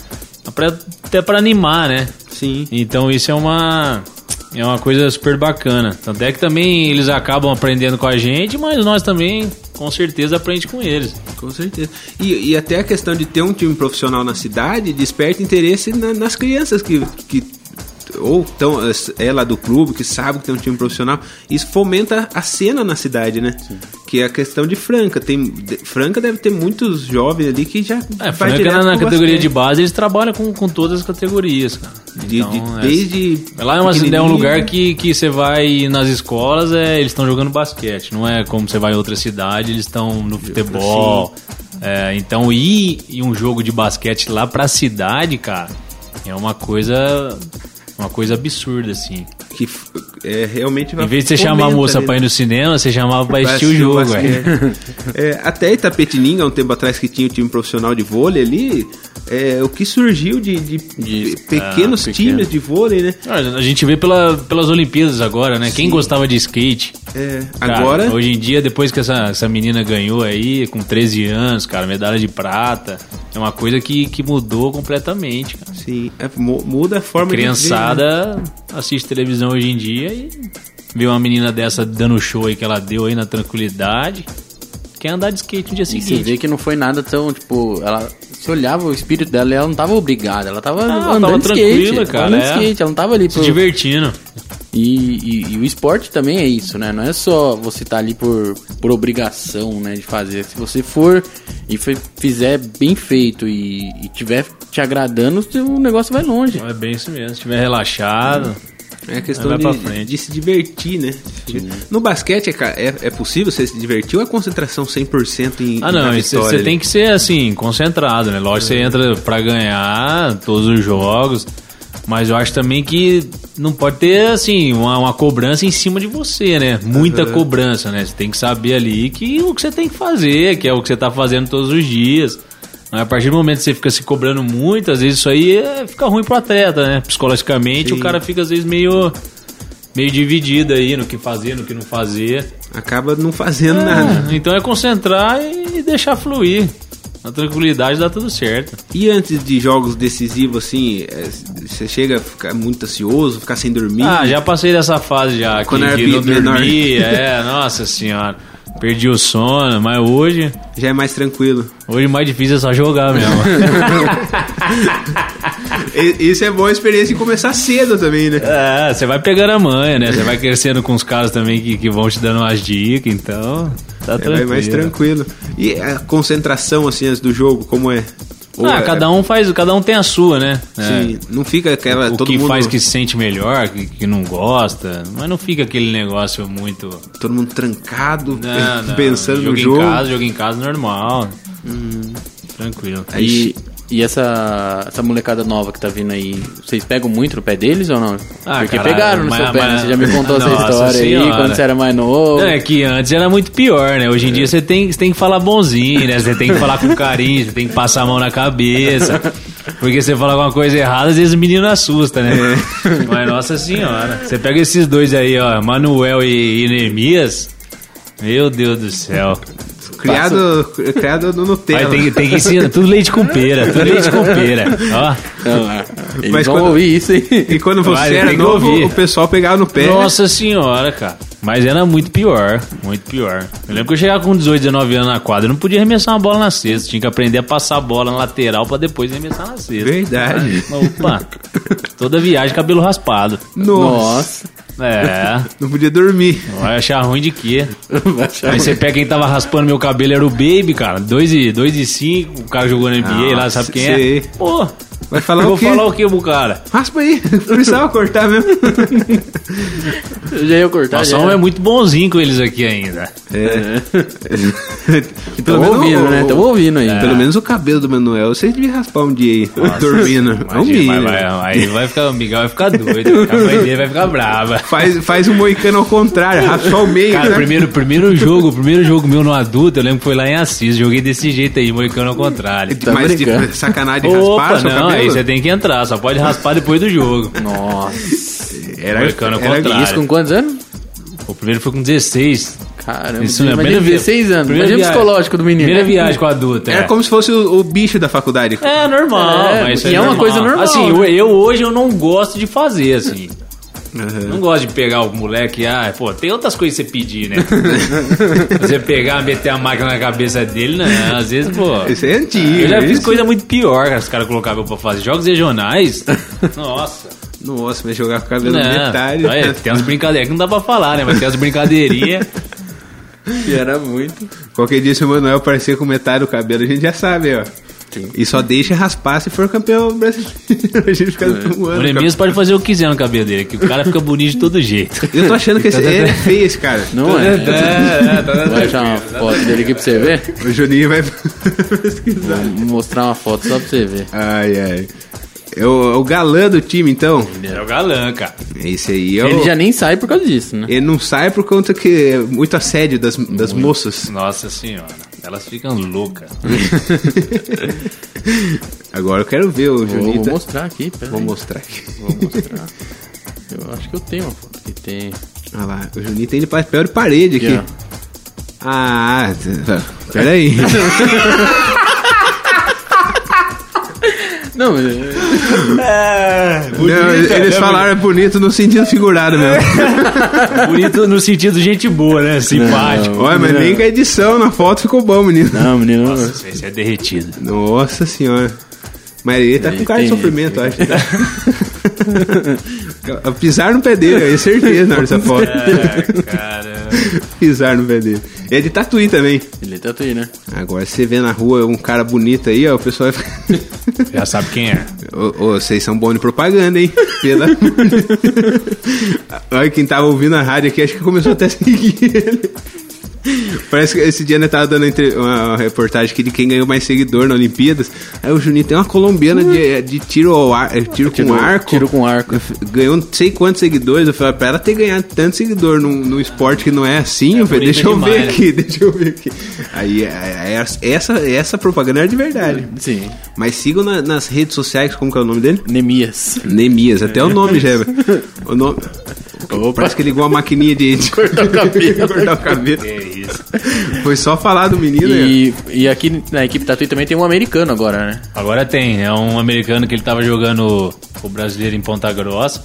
S5: pra- até pra animar, né?
S3: Sim.
S5: Então isso é uma é uma coisa super bacana. Tanto é que também eles acabam aprendendo com a gente, mas nós também com certeza aprendemos com eles.
S3: Com certeza. E, e até a questão de ter um time profissional na cidade desperta interesse na- nas crianças que, que ou tão, é lá do clube, que sabe que tem um time profissional. Isso fomenta a cena na cidade, né? Que é a questão de Franca. Tem, de- Franca deve ter muitos jovens ali que já.
S5: É,
S3: vai
S5: Franca
S3: direto
S5: na, na
S3: pro
S5: categoria
S3: basquete.
S5: de base, eles trabalham com, com todas as categorias, cara.
S3: De-
S5: Então,
S3: de-
S5: é-
S3: desde
S5: Lá é, uma, é um
S3: pequenininho.
S5: lugar que, que você vai nas escolas, é, eles estão jogando basquete. Não é como você vai em outra cidade, eles estão no futebol. É, então ir em um jogo de basquete lá pra cidade, cara, é uma coisa. Uma coisa absurda, assim.
S3: Que f- é, realmente vai
S5: Em vez de você chamar a
S3: fomenta
S5: moça
S3: ali,
S5: pra ir
S3: né?
S5: no cinema, você chamava pra
S3: Vai
S5: assistir o jogo,
S3: assistir
S5: velho.
S3: o basquete. É, até Itapetininga, um tempo atrás, que tinha o time profissional de vôlei ali, é, o que surgiu de, de pe-
S5: ah,
S3: pequenos
S4: pequeno.
S3: times de vôlei, né?
S5: é. A gente vê pela- pelas Olimpíadas agora, né? Quem gostava de skate?
S3: É,
S5: Cara,
S3: agora,
S5: Hoje em dia, depois que essa, essa menina ganhou aí, com 13 anos, cara, medalha de prata, é uma coisa que, que mudou completamente, cara.
S3: sim, é, mu- muda a forma de ver, né?
S5: Criançada assiste televisão hoje em dia e vê uma menina dessa dando show aí que ela deu aí na tranquilidade, quer andar de skate no dia
S4: E você
S5: seguinte.
S4: vê que não foi nada tão, tipo, ela. Se olhava o espírito dela, ela não tava obrigada, ela tava
S5: Ah, ela
S4: andando
S5: tava
S4: de skate,
S5: tranquila,
S4: ela
S5: cara,
S4: Andando de
S5: é.
S4: skate, ela não tava ali
S5: Se
S4: pro,
S5: divertindo.
S4: E, e- e o esporte também é isso, né? Não é só você estar ali por, por obrigação, né, de fazer. Se você for e fe- fizer bem feito e, e tiver te agradando, o negócio vai longe.
S5: É bem isso mesmo. Se estiver relaxado.
S3: É a questão
S5: Vai pra
S3: de,
S5: frente.
S3: de se divertir, né? No basquete, é, ca- é, é possível você se divertir ou é concentração 100% em
S5: Ah, não,
S3: na
S5: isso-
S3: vitória
S5: você
S3: ali?
S5: tem que ser assim, concentrado, né? Lógico, você entra pra ganhar todos os jogos, mas eu acho também que não pode ter, assim, uma, uma cobrança em cima de você, né? Muita
S3: Uhum.
S5: cobrança, né? Você tem que saber ali que o que você tem que fazer, que é o que você tá fazendo todos os dias. Mas A partir do momento que você fica se cobrando muito, às vezes isso aí é- fica ruim pro atleta, né? Psicologicamente, o cara fica às vezes meio, meio dividido aí no que fazer, no que não fazer.
S3: Acaba não fazendo nada.
S5: É, então é concentrar e deixar fluir. Na tranquilidade dá tudo certo.
S3: E antes de jogos decisivos, assim, é, você chega a ficar muito ansioso, ficar sem dormir?
S5: Ah, já passei dessa fase já.
S3: Quando
S5: que,
S3: era
S5: que não
S3: menor.
S5: dormia, é, nossa senhora. Perdi o sono, mas hoje,
S3: já é mais tranquilo.
S5: hoje o mais difícil é só jogar mesmo.
S3: E- Isso é boa experiência de começar cedo também, né?
S5: é, você vai pegando a manha, né? Você vai crescendo com os caras também que, que vão te dando umas dicas, então tá
S3: É, vai
S5: tranquilo.
S3: mais tranquilo. E a concentração, assim, antes do jogo, como é? Ou
S5: ah,
S3: é-
S5: cada um faz, cada um tem a sua, né? É.
S3: Sim, não fica aquela.
S5: o
S3: todo
S5: que
S3: mundo,
S5: faz que se sente melhor, que, que não gosta, mas não fica aquele negócio muito.
S3: Todo mundo trancado,
S5: Não, não,
S3: pensando
S5: jogo
S3: no jogo. Hum.
S5: em casa, jogo em casa normal. Tranquilo.
S4: E, e essa, essa molecada nova que tá vindo aí, vocês pegam muito no pé deles ou não?
S5: Ah,
S4: Porque
S5: caralho,
S4: pegaram no
S5: mas-
S4: seu pé, né?
S5: mas-
S4: Você já me contou essa
S5: Nossa
S4: história aí,
S5: Senhora.
S4: quando você era mais novo.
S5: Não, é que antes era muito pior, né?
S3: É.
S5: Hoje em dia você tem, você tem que falar bonzinho, né? Você tem que falar com carinho, você tem que passar a mão na cabeça. Porque você fala alguma coisa errada, às vezes o menino assusta, né?
S3: É.
S5: Mas nossa senhora. Você pega esses dois aí, ó, Manuel e, e Neemias. Meu Deus do céu.
S3: Criado, criado no
S5: Aí
S3: Nutella.
S5: tem, que- tem que ensinar. Tudo leite com pera, tudo leite com pera. Ó.
S4: Não, é. Eles
S3: Mas
S4: vão
S3: quando-
S4: ouvir isso aí.
S3: E quando você
S5: Vai,
S3: era
S5: tem que
S3: novo,
S5: ouvir.
S3: o pessoal pegava no pé.
S5: Nossa senhora, cara. Mas era muito pior, muito pior. Eu lembro que eu chegava com 18, 19 anos na quadra, eu não podia arremessar uma bola na cesta, tinha que aprender a passar a bola na lateral pra depois arremessar na cesta.
S3: Verdade.
S5: Mas, Opa, toda viagem cabelo raspado.
S3: Nossa.
S5: É,
S3: Não podia dormir.
S5: vai achar ruim de quê?
S4: Vai achar-
S5: Aí você pega quem tava raspando meu cabelo, era o Baby, cara. 2 e 2 e 5, o cara jogou na NBA lá, sabe quem
S3: Ah, sei.
S5: é? Pô,
S3: Vai falar
S5: eu
S3: o
S5: vou
S3: quê?
S5: falar o que pro cara?
S3: Raspa aí. Precisava cortar mesmo.
S4: Eu já ia cortar.
S5: Nossa,
S4: já
S5: um
S4: era.
S5: é muito bonzinho com eles aqui ainda. Então,
S3: E
S4: Tão ouvindo,
S5: um-
S4: né? Tão ouvindo
S5: É.
S4: aí.
S3: Pelo menos o cabelo do Manuel, vocês deviam raspar um dia aí, dormindo. É um
S5: Imagina,
S3: milho.
S5: vai- vai- aí vai ficar, o Miguel vai ficar doido, a mãe dele vai ficar brava.
S3: Faz, faz um moicano ao contrário, raspa só o meio,
S5: Cara,
S3: né?
S5: o primeiro, primeiro jogo, o primeiro jogo meu no adulto, eu lembro que foi lá em Assis, joguei desse jeito aí, moicano ao contrário.
S3: De- Mas de
S4: brincando.
S3: sacanagem tá de raspar
S5: Tá Opa,
S3: seu
S5: não, aí
S3: cabelo?
S5: você tem que entrar, só pode raspar depois do jogo.
S4: Nossa.
S3: Era,
S5: moicano ao contrário.
S4: Isso com quantos anos?
S5: O primeiro foi com 16.
S4: Caramba,
S5: Isso mesmo,
S4: É, imagina
S5: primeira vez.
S4: 16 anos.
S5: Primeira
S4: Imagina o
S5: viagem.
S4: psicológico do menino.
S5: Primeira viagem com o adulto,
S3: Era
S5: é.
S3: como se fosse o, o bicho da faculdade.
S5: É normal,
S4: É,
S5: mas isso
S4: e é uma coisa normal,
S5: Assim, eu,
S4: né?
S5: eu hoje eu não gosto de fazer, assim. Não gosto de pegar o moleque, ah, pô, tem outras coisas que você pedir, né? você pegar, meter a máquina na cabeça dele, não, às vezes, pô.
S3: Isso é antigo.
S5: Eu já fiz
S3: isso.
S5: coisa muito pior, cara, os caras colocavam eu pra fazer jogos regionais. Nossa.
S3: Nossa, mas jogar com o cabelo
S5: Não,
S3: detalhe.
S5: olha, tem umas brincadeiras que não dá pra falar, né? Mas tem umas brincadeirinhas.
S4: E era muito.
S3: Qualquer dia, se o Manuel aparecer com metade do cabelo, a gente já sabe, ó. E só deixa raspar se for campeão brasileiro. A gente fica um
S5: O
S3: ano.
S5: Nemias pode fazer o que quiser no cabelo dele, que o cara fica bonito de todo jeito.
S3: Eu tô achando que esse ele é feio, esse cara.
S4: Não é?
S5: É, é, tá-
S4: Vou achar uma foto dele aqui pra você ver.
S3: O Juninho vai.
S4: Vou mostrar uma foto só pra você ver.
S3: ai, ai. É o, é o galã do time, então.
S5: É o galã, cara.
S3: Esse aí é o.
S4: Ele já nem sai por causa disso, né?
S3: Ele não sai por conta que é muito assédio das, das moças.
S5: Nossa senhora, elas ficam loucas.
S3: Agora eu quero ver o
S4: Vou,
S3: Juninho.
S4: vou
S3: tá-
S4: mostrar aqui, pera
S3: Vou
S4: aí.
S3: mostrar aqui.
S4: Vou mostrar. Eu acho que eu tenho uma foto que tem.
S3: Olha lá, o Juninho tem de papel de parede aqui.
S4: Aqui,
S3: Ah, t- tá. peraí.
S4: Não, mas-
S3: Não, eles
S4: né,
S3: falaram é bonito no sentido figurado mesmo.
S5: Bonito no sentido de gente boa, né? Simpático.
S3: Olha, mas nem com a edição na foto ficou bom, menino.
S4: não menino. não.
S5: Nossa, esse é derretido.
S3: Nossa senhora. Mas ele tá com cara de
S4: Tem-
S3: sofrimento, eu acho. né? Pisar no pé dele, eu tenho certeza na hora dessa foto.
S5: É, cara.
S3: Pisar no pé dele. E é de tatuí também.
S4: Ele é tatuí, né?
S3: Agora, se você vê na rua um cara bonito aí, ó, o pessoal vai ficar...
S5: Já sabe quem é.
S3: Ô, ô, vocês são bons de propaganda, hein? Pelo amor de Olha, quem tava ouvindo a rádio aqui, acho que começou até a seguir ele. Parece que esse dia, né, tava dando entre- uma reportagem aqui de quem ganhou mais seguidor na Olimpíadas. Aí o Juninho tem uma colombiana de, é, de tiro, ao ar, eh, tiro, com arco.
S4: Tiro com arco.
S3: Ganhou não sei quantos seguidores. Eu falei, "Ah, pra ela ter ganhado tanto seguidor num, num esporte que não é assim, eu falei,
S5: bonita
S3: deixa eu ver
S5: demais, né?
S3: aqui, deixa eu ver aqui. Aí, aí, aí, essa, essa propaganda era de verdade.
S4: Sim.
S3: Mas sigam na- nas redes sociais, como que é o nome dele?
S4: Nemias.
S3: Nemias, até o nome já é. O nome... Parece que ele ligou uma maquininha de, de
S4: Cortar o cabelo.
S3: cortar o cabelo.
S5: É isso.
S3: Foi só falar do menino. né?
S4: E, e aqui na equipe Tatuí também tem um americano agora, né?
S5: Agora tem, é um americano que ele tava jogando o brasileiro em Ponta Grossa.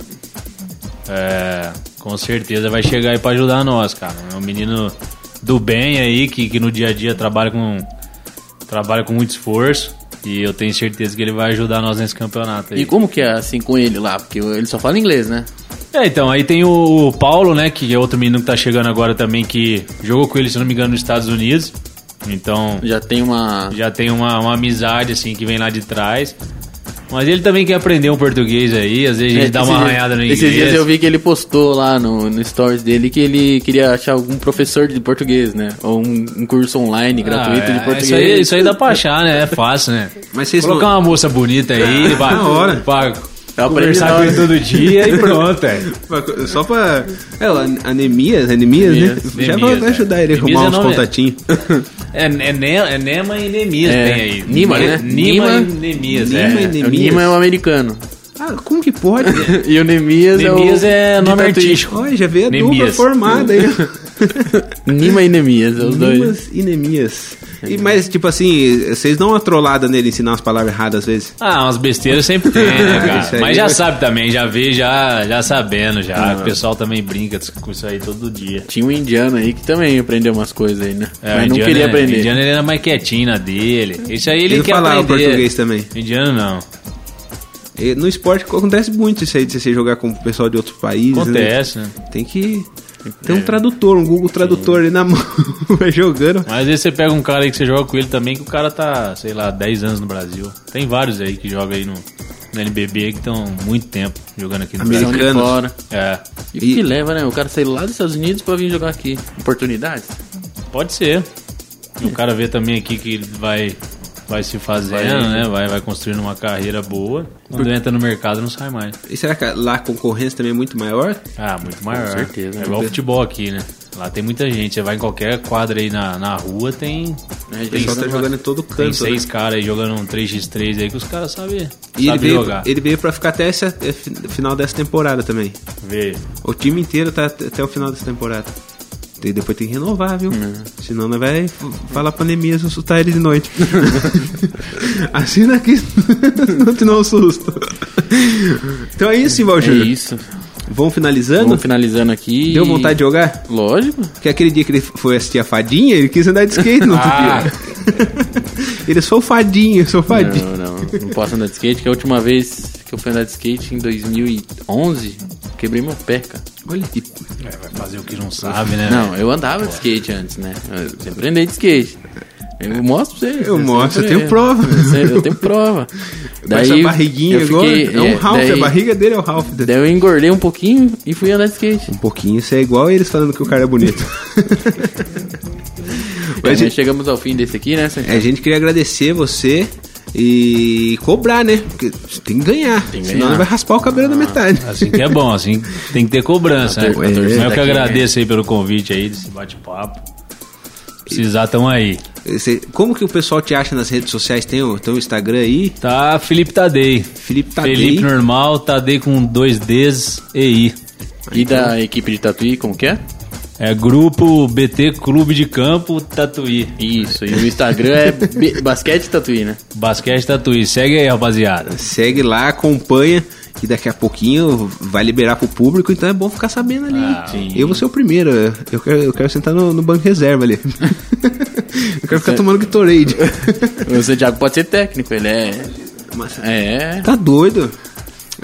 S5: É, com certeza vai chegar aí pra ajudar nós, cara. É um menino do bem aí, que, que no dia a dia trabalha com, trabalha com muito esforço. E eu tenho certeza que ele vai ajudar nós nesse campeonato aí.
S4: E como que é assim com ele lá? Porque ele só fala inglês, né?
S5: É, então, aí tem o, o Paulo, né, que é outro menino que tá chegando agora também, que jogou com ele, se não me engano, nos Estados Unidos. Então
S4: Já tem uma.
S5: já tem uma, uma amizade assim que vem lá de trás. Mas ele também quer aprender um português aí, às vezes a gente dá uma
S4: É, Esses-
S5: arranhada no inglês.
S4: Esses dias eu vi que ele postou lá no, no stories dele que ele queria achar algum professor de português, né? Ou um, um curso online
S5: Ah,
S4: gratuito
S5: é,
S4: de português.
S5: Isso aí, isso aí dá pra achar, né? É fácil, né?
S3: Mas vocês
S5: Colocar
S3: não-
S5: uma moça bonita
S4: Ah,
S5: aí, pra,
S3: na hora.
S5: pra
S4: Dá pra
S5: conversar com
S4: ele
S5: ele todo dia e pronto, é.
S3: Só pra. É, anemias, anemias, né?
S4: Anemias,
S3: Já vai
S5: anemias,
S3: vai ajudar ele a
S5: Anemias
S3: arrumar
S5: é
S3: uns
S5: nome-
S3: contatinhos.
S5: É, é, ne, é Nema e Nemias
S4: É,
S5: tem aí.
S4: Nima,
S5: Ne-
S4: né?
S5: Nima,
S4: Nima-
S5: e Nemias,
S3: Nima
S5: é.
S3: e
S4: É, o Nima é um americano.
S3: ah, como que pode?
S4: E o Nemias,
S5: Nemias
S4: é o.
S5: é nome
S4: de Tatuí.
S5: artístico.
S3: Olha, já veio a dupla
S5: Nemias.
S3: formada aí.
S4: Nima e Nemias, é os dois.
S3: Nimas e Nemias. E, mas, tipo assim, vocês dão uma trollada nele ensinar umas palavras erradas às vezes.
S5: Ah, umas besteiras sempre tem, né,
S3: Isso
S5: cara?
S3: aí
S5: Mas já
S3: vai-
S5: sabe também, já vê, já, já sabendo, já. o pessoal também brinca com isso aí todo dia.
S4: Tinha um indiano aí que também aprendeu umas coisas aí, né?
S5: É,
S4: Mas
S5: o
S4: não
S5: indiano
S4: queria
S5: é-
S4: aprender.
S5: O indiano ele era mais quietinho na dele. Isso aí ele,
S3: Ele
S5: quer
S3: falava
S5: aprender.
S3: português também.
S5: Indiano não.
S3: E no esporte acontece muito isso aí de você jogar com o pessoal de outros países.
S5: Acontece, É. né?
S3: Né? Tem que ter um tradutor, um Google Tradutor ali na mão, vai jogando.
S5: Mas às vezes você pega um cara aí que você joga com ele também, que o cara tá, sei lá, 10 anos no Brasil. Tem vários aí que jogam aí no, no LBB que estão muito tempo jogando aqui no
S3: Ameri-
S5: Brasil.
S4: São de
S3: americanos.
S4: fora.
S5: É,
S4: E o que leva, né? O cara sair lá dos Estados Unidos pra vir jogar aqui. Oportunidades?
S5: pode ser. E o cara vê também aqui que ele vai, vai se fazendo,
S4: Vai-
S5: né? Vai, vai construindo uma carreira boa. Quando entra no mercado não sai mais.
S3: E será que lá a concorrência também é muito maior?
S5: Ah, muito maior.
S4: certeza,
S5: É
S4: né?
S5: igual futebol aqui, né? Lá tem muita gente. Você vai em qualquer quadra aí na, na rua, tem,
S4: Né?
S3: O pessoal tá jogando em todo canto.
S5: tem
S3: né?
S5: seis caras aí jogando um 3x3 aí que os caras sabem
S3: E ele
S5: sabe
S3: veio,
S5: jogar.
S3: ele veio pra ficar até essa, é, fi- final dessa temporada também.
S5: Veio.
S3: O time inteiro tá at- até o final dessa temporada. E depois tem que renovar, viu?
S4: É.
S3: Senão não vai f- falar pandemia se assustar ele de noite. Assina aqui, não te não assusto. Então é isso, Val
S4: É
S3: Júnior.
S4: isso.
S3: Vamos finalizando?
S4: Vamos finalizando aqui.
S3: Deu vontade de jogar?
S4: Lógico.
S3: Porque aquele dia que ele foi assistir a fadinha, ele quis andar de skate no outro
S5: Ah.
S3: dia. ele é sou fadinho, sou fadinho.
S4: Não, não. Não posso andar de skate, que a última vez que eu fui andar de skate em 2011, quebrei meu pé, cara.
S3: Olha que.
S5: É, vai fazer o que não sabe, né?
S4: Não, eu andava de skate antes, né? Eu sempre andei de skate. Eu mostro pra você.
S3: Eu mostro, eu
S4: sempre-
S3: tenho prova.
S4: Eu sei, Eu tenho prova.
S3: Daí, essa barriguinha
S4: eu
S3: agora.
S4: fiquei-
S3: é um Ralph,
S4: daí,
S3: a barriga dele é o Ralph.
S4: Daí eu engordei um pouquinho e fui andar de skate.
S3: Um pouquinho, isso é igual eles falando que o cara é bonito.
S4: Então,
S3: Mas, é,
S4: nós chegamos ao fim desse aqui, né?
S3: a gente queria agradecer você e cobrar, né? Porque você tem que ganhar,
S4: que
S3: senão
S4: ganhar.
S3: ele vai raspar o cabelo da metade.
S5: Assim que é bom, assim tem que ter cobrança, né?
S4: A tor- a torcida
S5: Mas eu que
S4: aqui,
S5: agradeço aí pelo convite aí, desse bate-papo. Se Precisar, tão aí.
S3: Você- como que o pessoal te acha nas redes sociais? Tem o, tem o Instagram aí?
S5: Tá Felipe Tadei.
S3: Felipe Tadei.
S5: Felipe normal, Tadei com dois Ds e I.
S4: E
S3: então.
S4: da equipe de Tatuí, como que é?
S5: É grupo BT Clube de Campo Tatuí.
S4: Isso, e o Instagram é B- Basquete Tatuí, né?
S5: Basquete Tatuí. Segue aí, rapaziada.
S3: Segue lá, acompanha, que daqui a pouquinho vai liberar pro público, então é bom ficar sabendo ali.
S5: Ah, sim.
S3: eu vou ser o primeiro, eu quero, eu quero sentar no, no banco reserva ali. eu quero ficar tomando Gatorade.
S4: O Santiago pode ser técnico, ele é.
S3: Mas-
S4: É.
S3: Tá doido?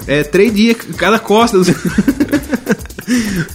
S3: É três dias cada costa.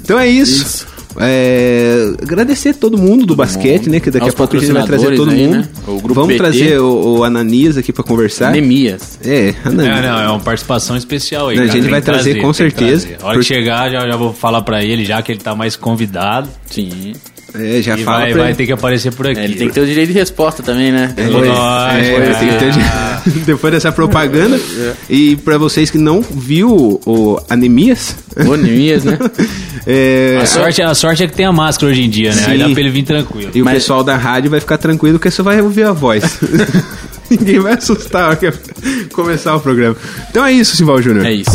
S3: então é isso. É, agradecer todo mundo do basquete, né? Que daqui
S4: Aos
S3: a pouco a gente vai trazer
S4: patrocinadores
S3: todo
S4: aí,
S3: mundo.
S4: né? O grupo
S3: Vamos
S4: PT.
S3: trazer o, o Ananias aqui pra conversar.
S4: Nemias.
S3: É,
S5: Não,
S3: Ananias.
S5: não, é uma participação especial aí.
S3: Não, a
S5: cara.
S3: gente
S5: Tem
S3: vai
S5: que
S3: trazer, com
S5: tem que
S3: certeza.
S5: trazer. A hora que chegar, já, já vou falar pra ele, já que ele tá mais convidado.
S4: Sim.
S3: É, já
S5: e
S3: fala
S5: vai,
S3: pra
S5: vai
S3: ele.
S5: ter que aparecer por aqui.
S4: É, ele tem que ter o direito de resposta também, né?
S3: É,
S5: Pois,
S3: é,
S5: pois,
S3: tem que ter- Depois dessa propaganda.
S4: É.
S3: E pra vocês que não viu o Anemias,
S4: Ô, Nemias, né?
S3: é,
S5: A sorte, a sorte é que tem a máscara hoje em dia, né? Aí
S3: Sim.
S5: dá pra ele vir tranquilo.
S3: E o
S4: Mas-
S3: pessoal da rádio vai ficar tranquilo que você vai ouvir a voz. Ninguém vai assustar a hora que começar o programa. Então é isso, Sival Júnior.
S4: É isso.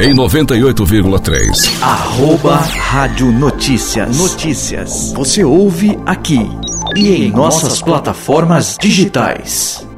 S1: Em 98,3.
S2: Arroba Rádio Notícias. Notícias. Você ouve aqui e em nossas plataformas digitais.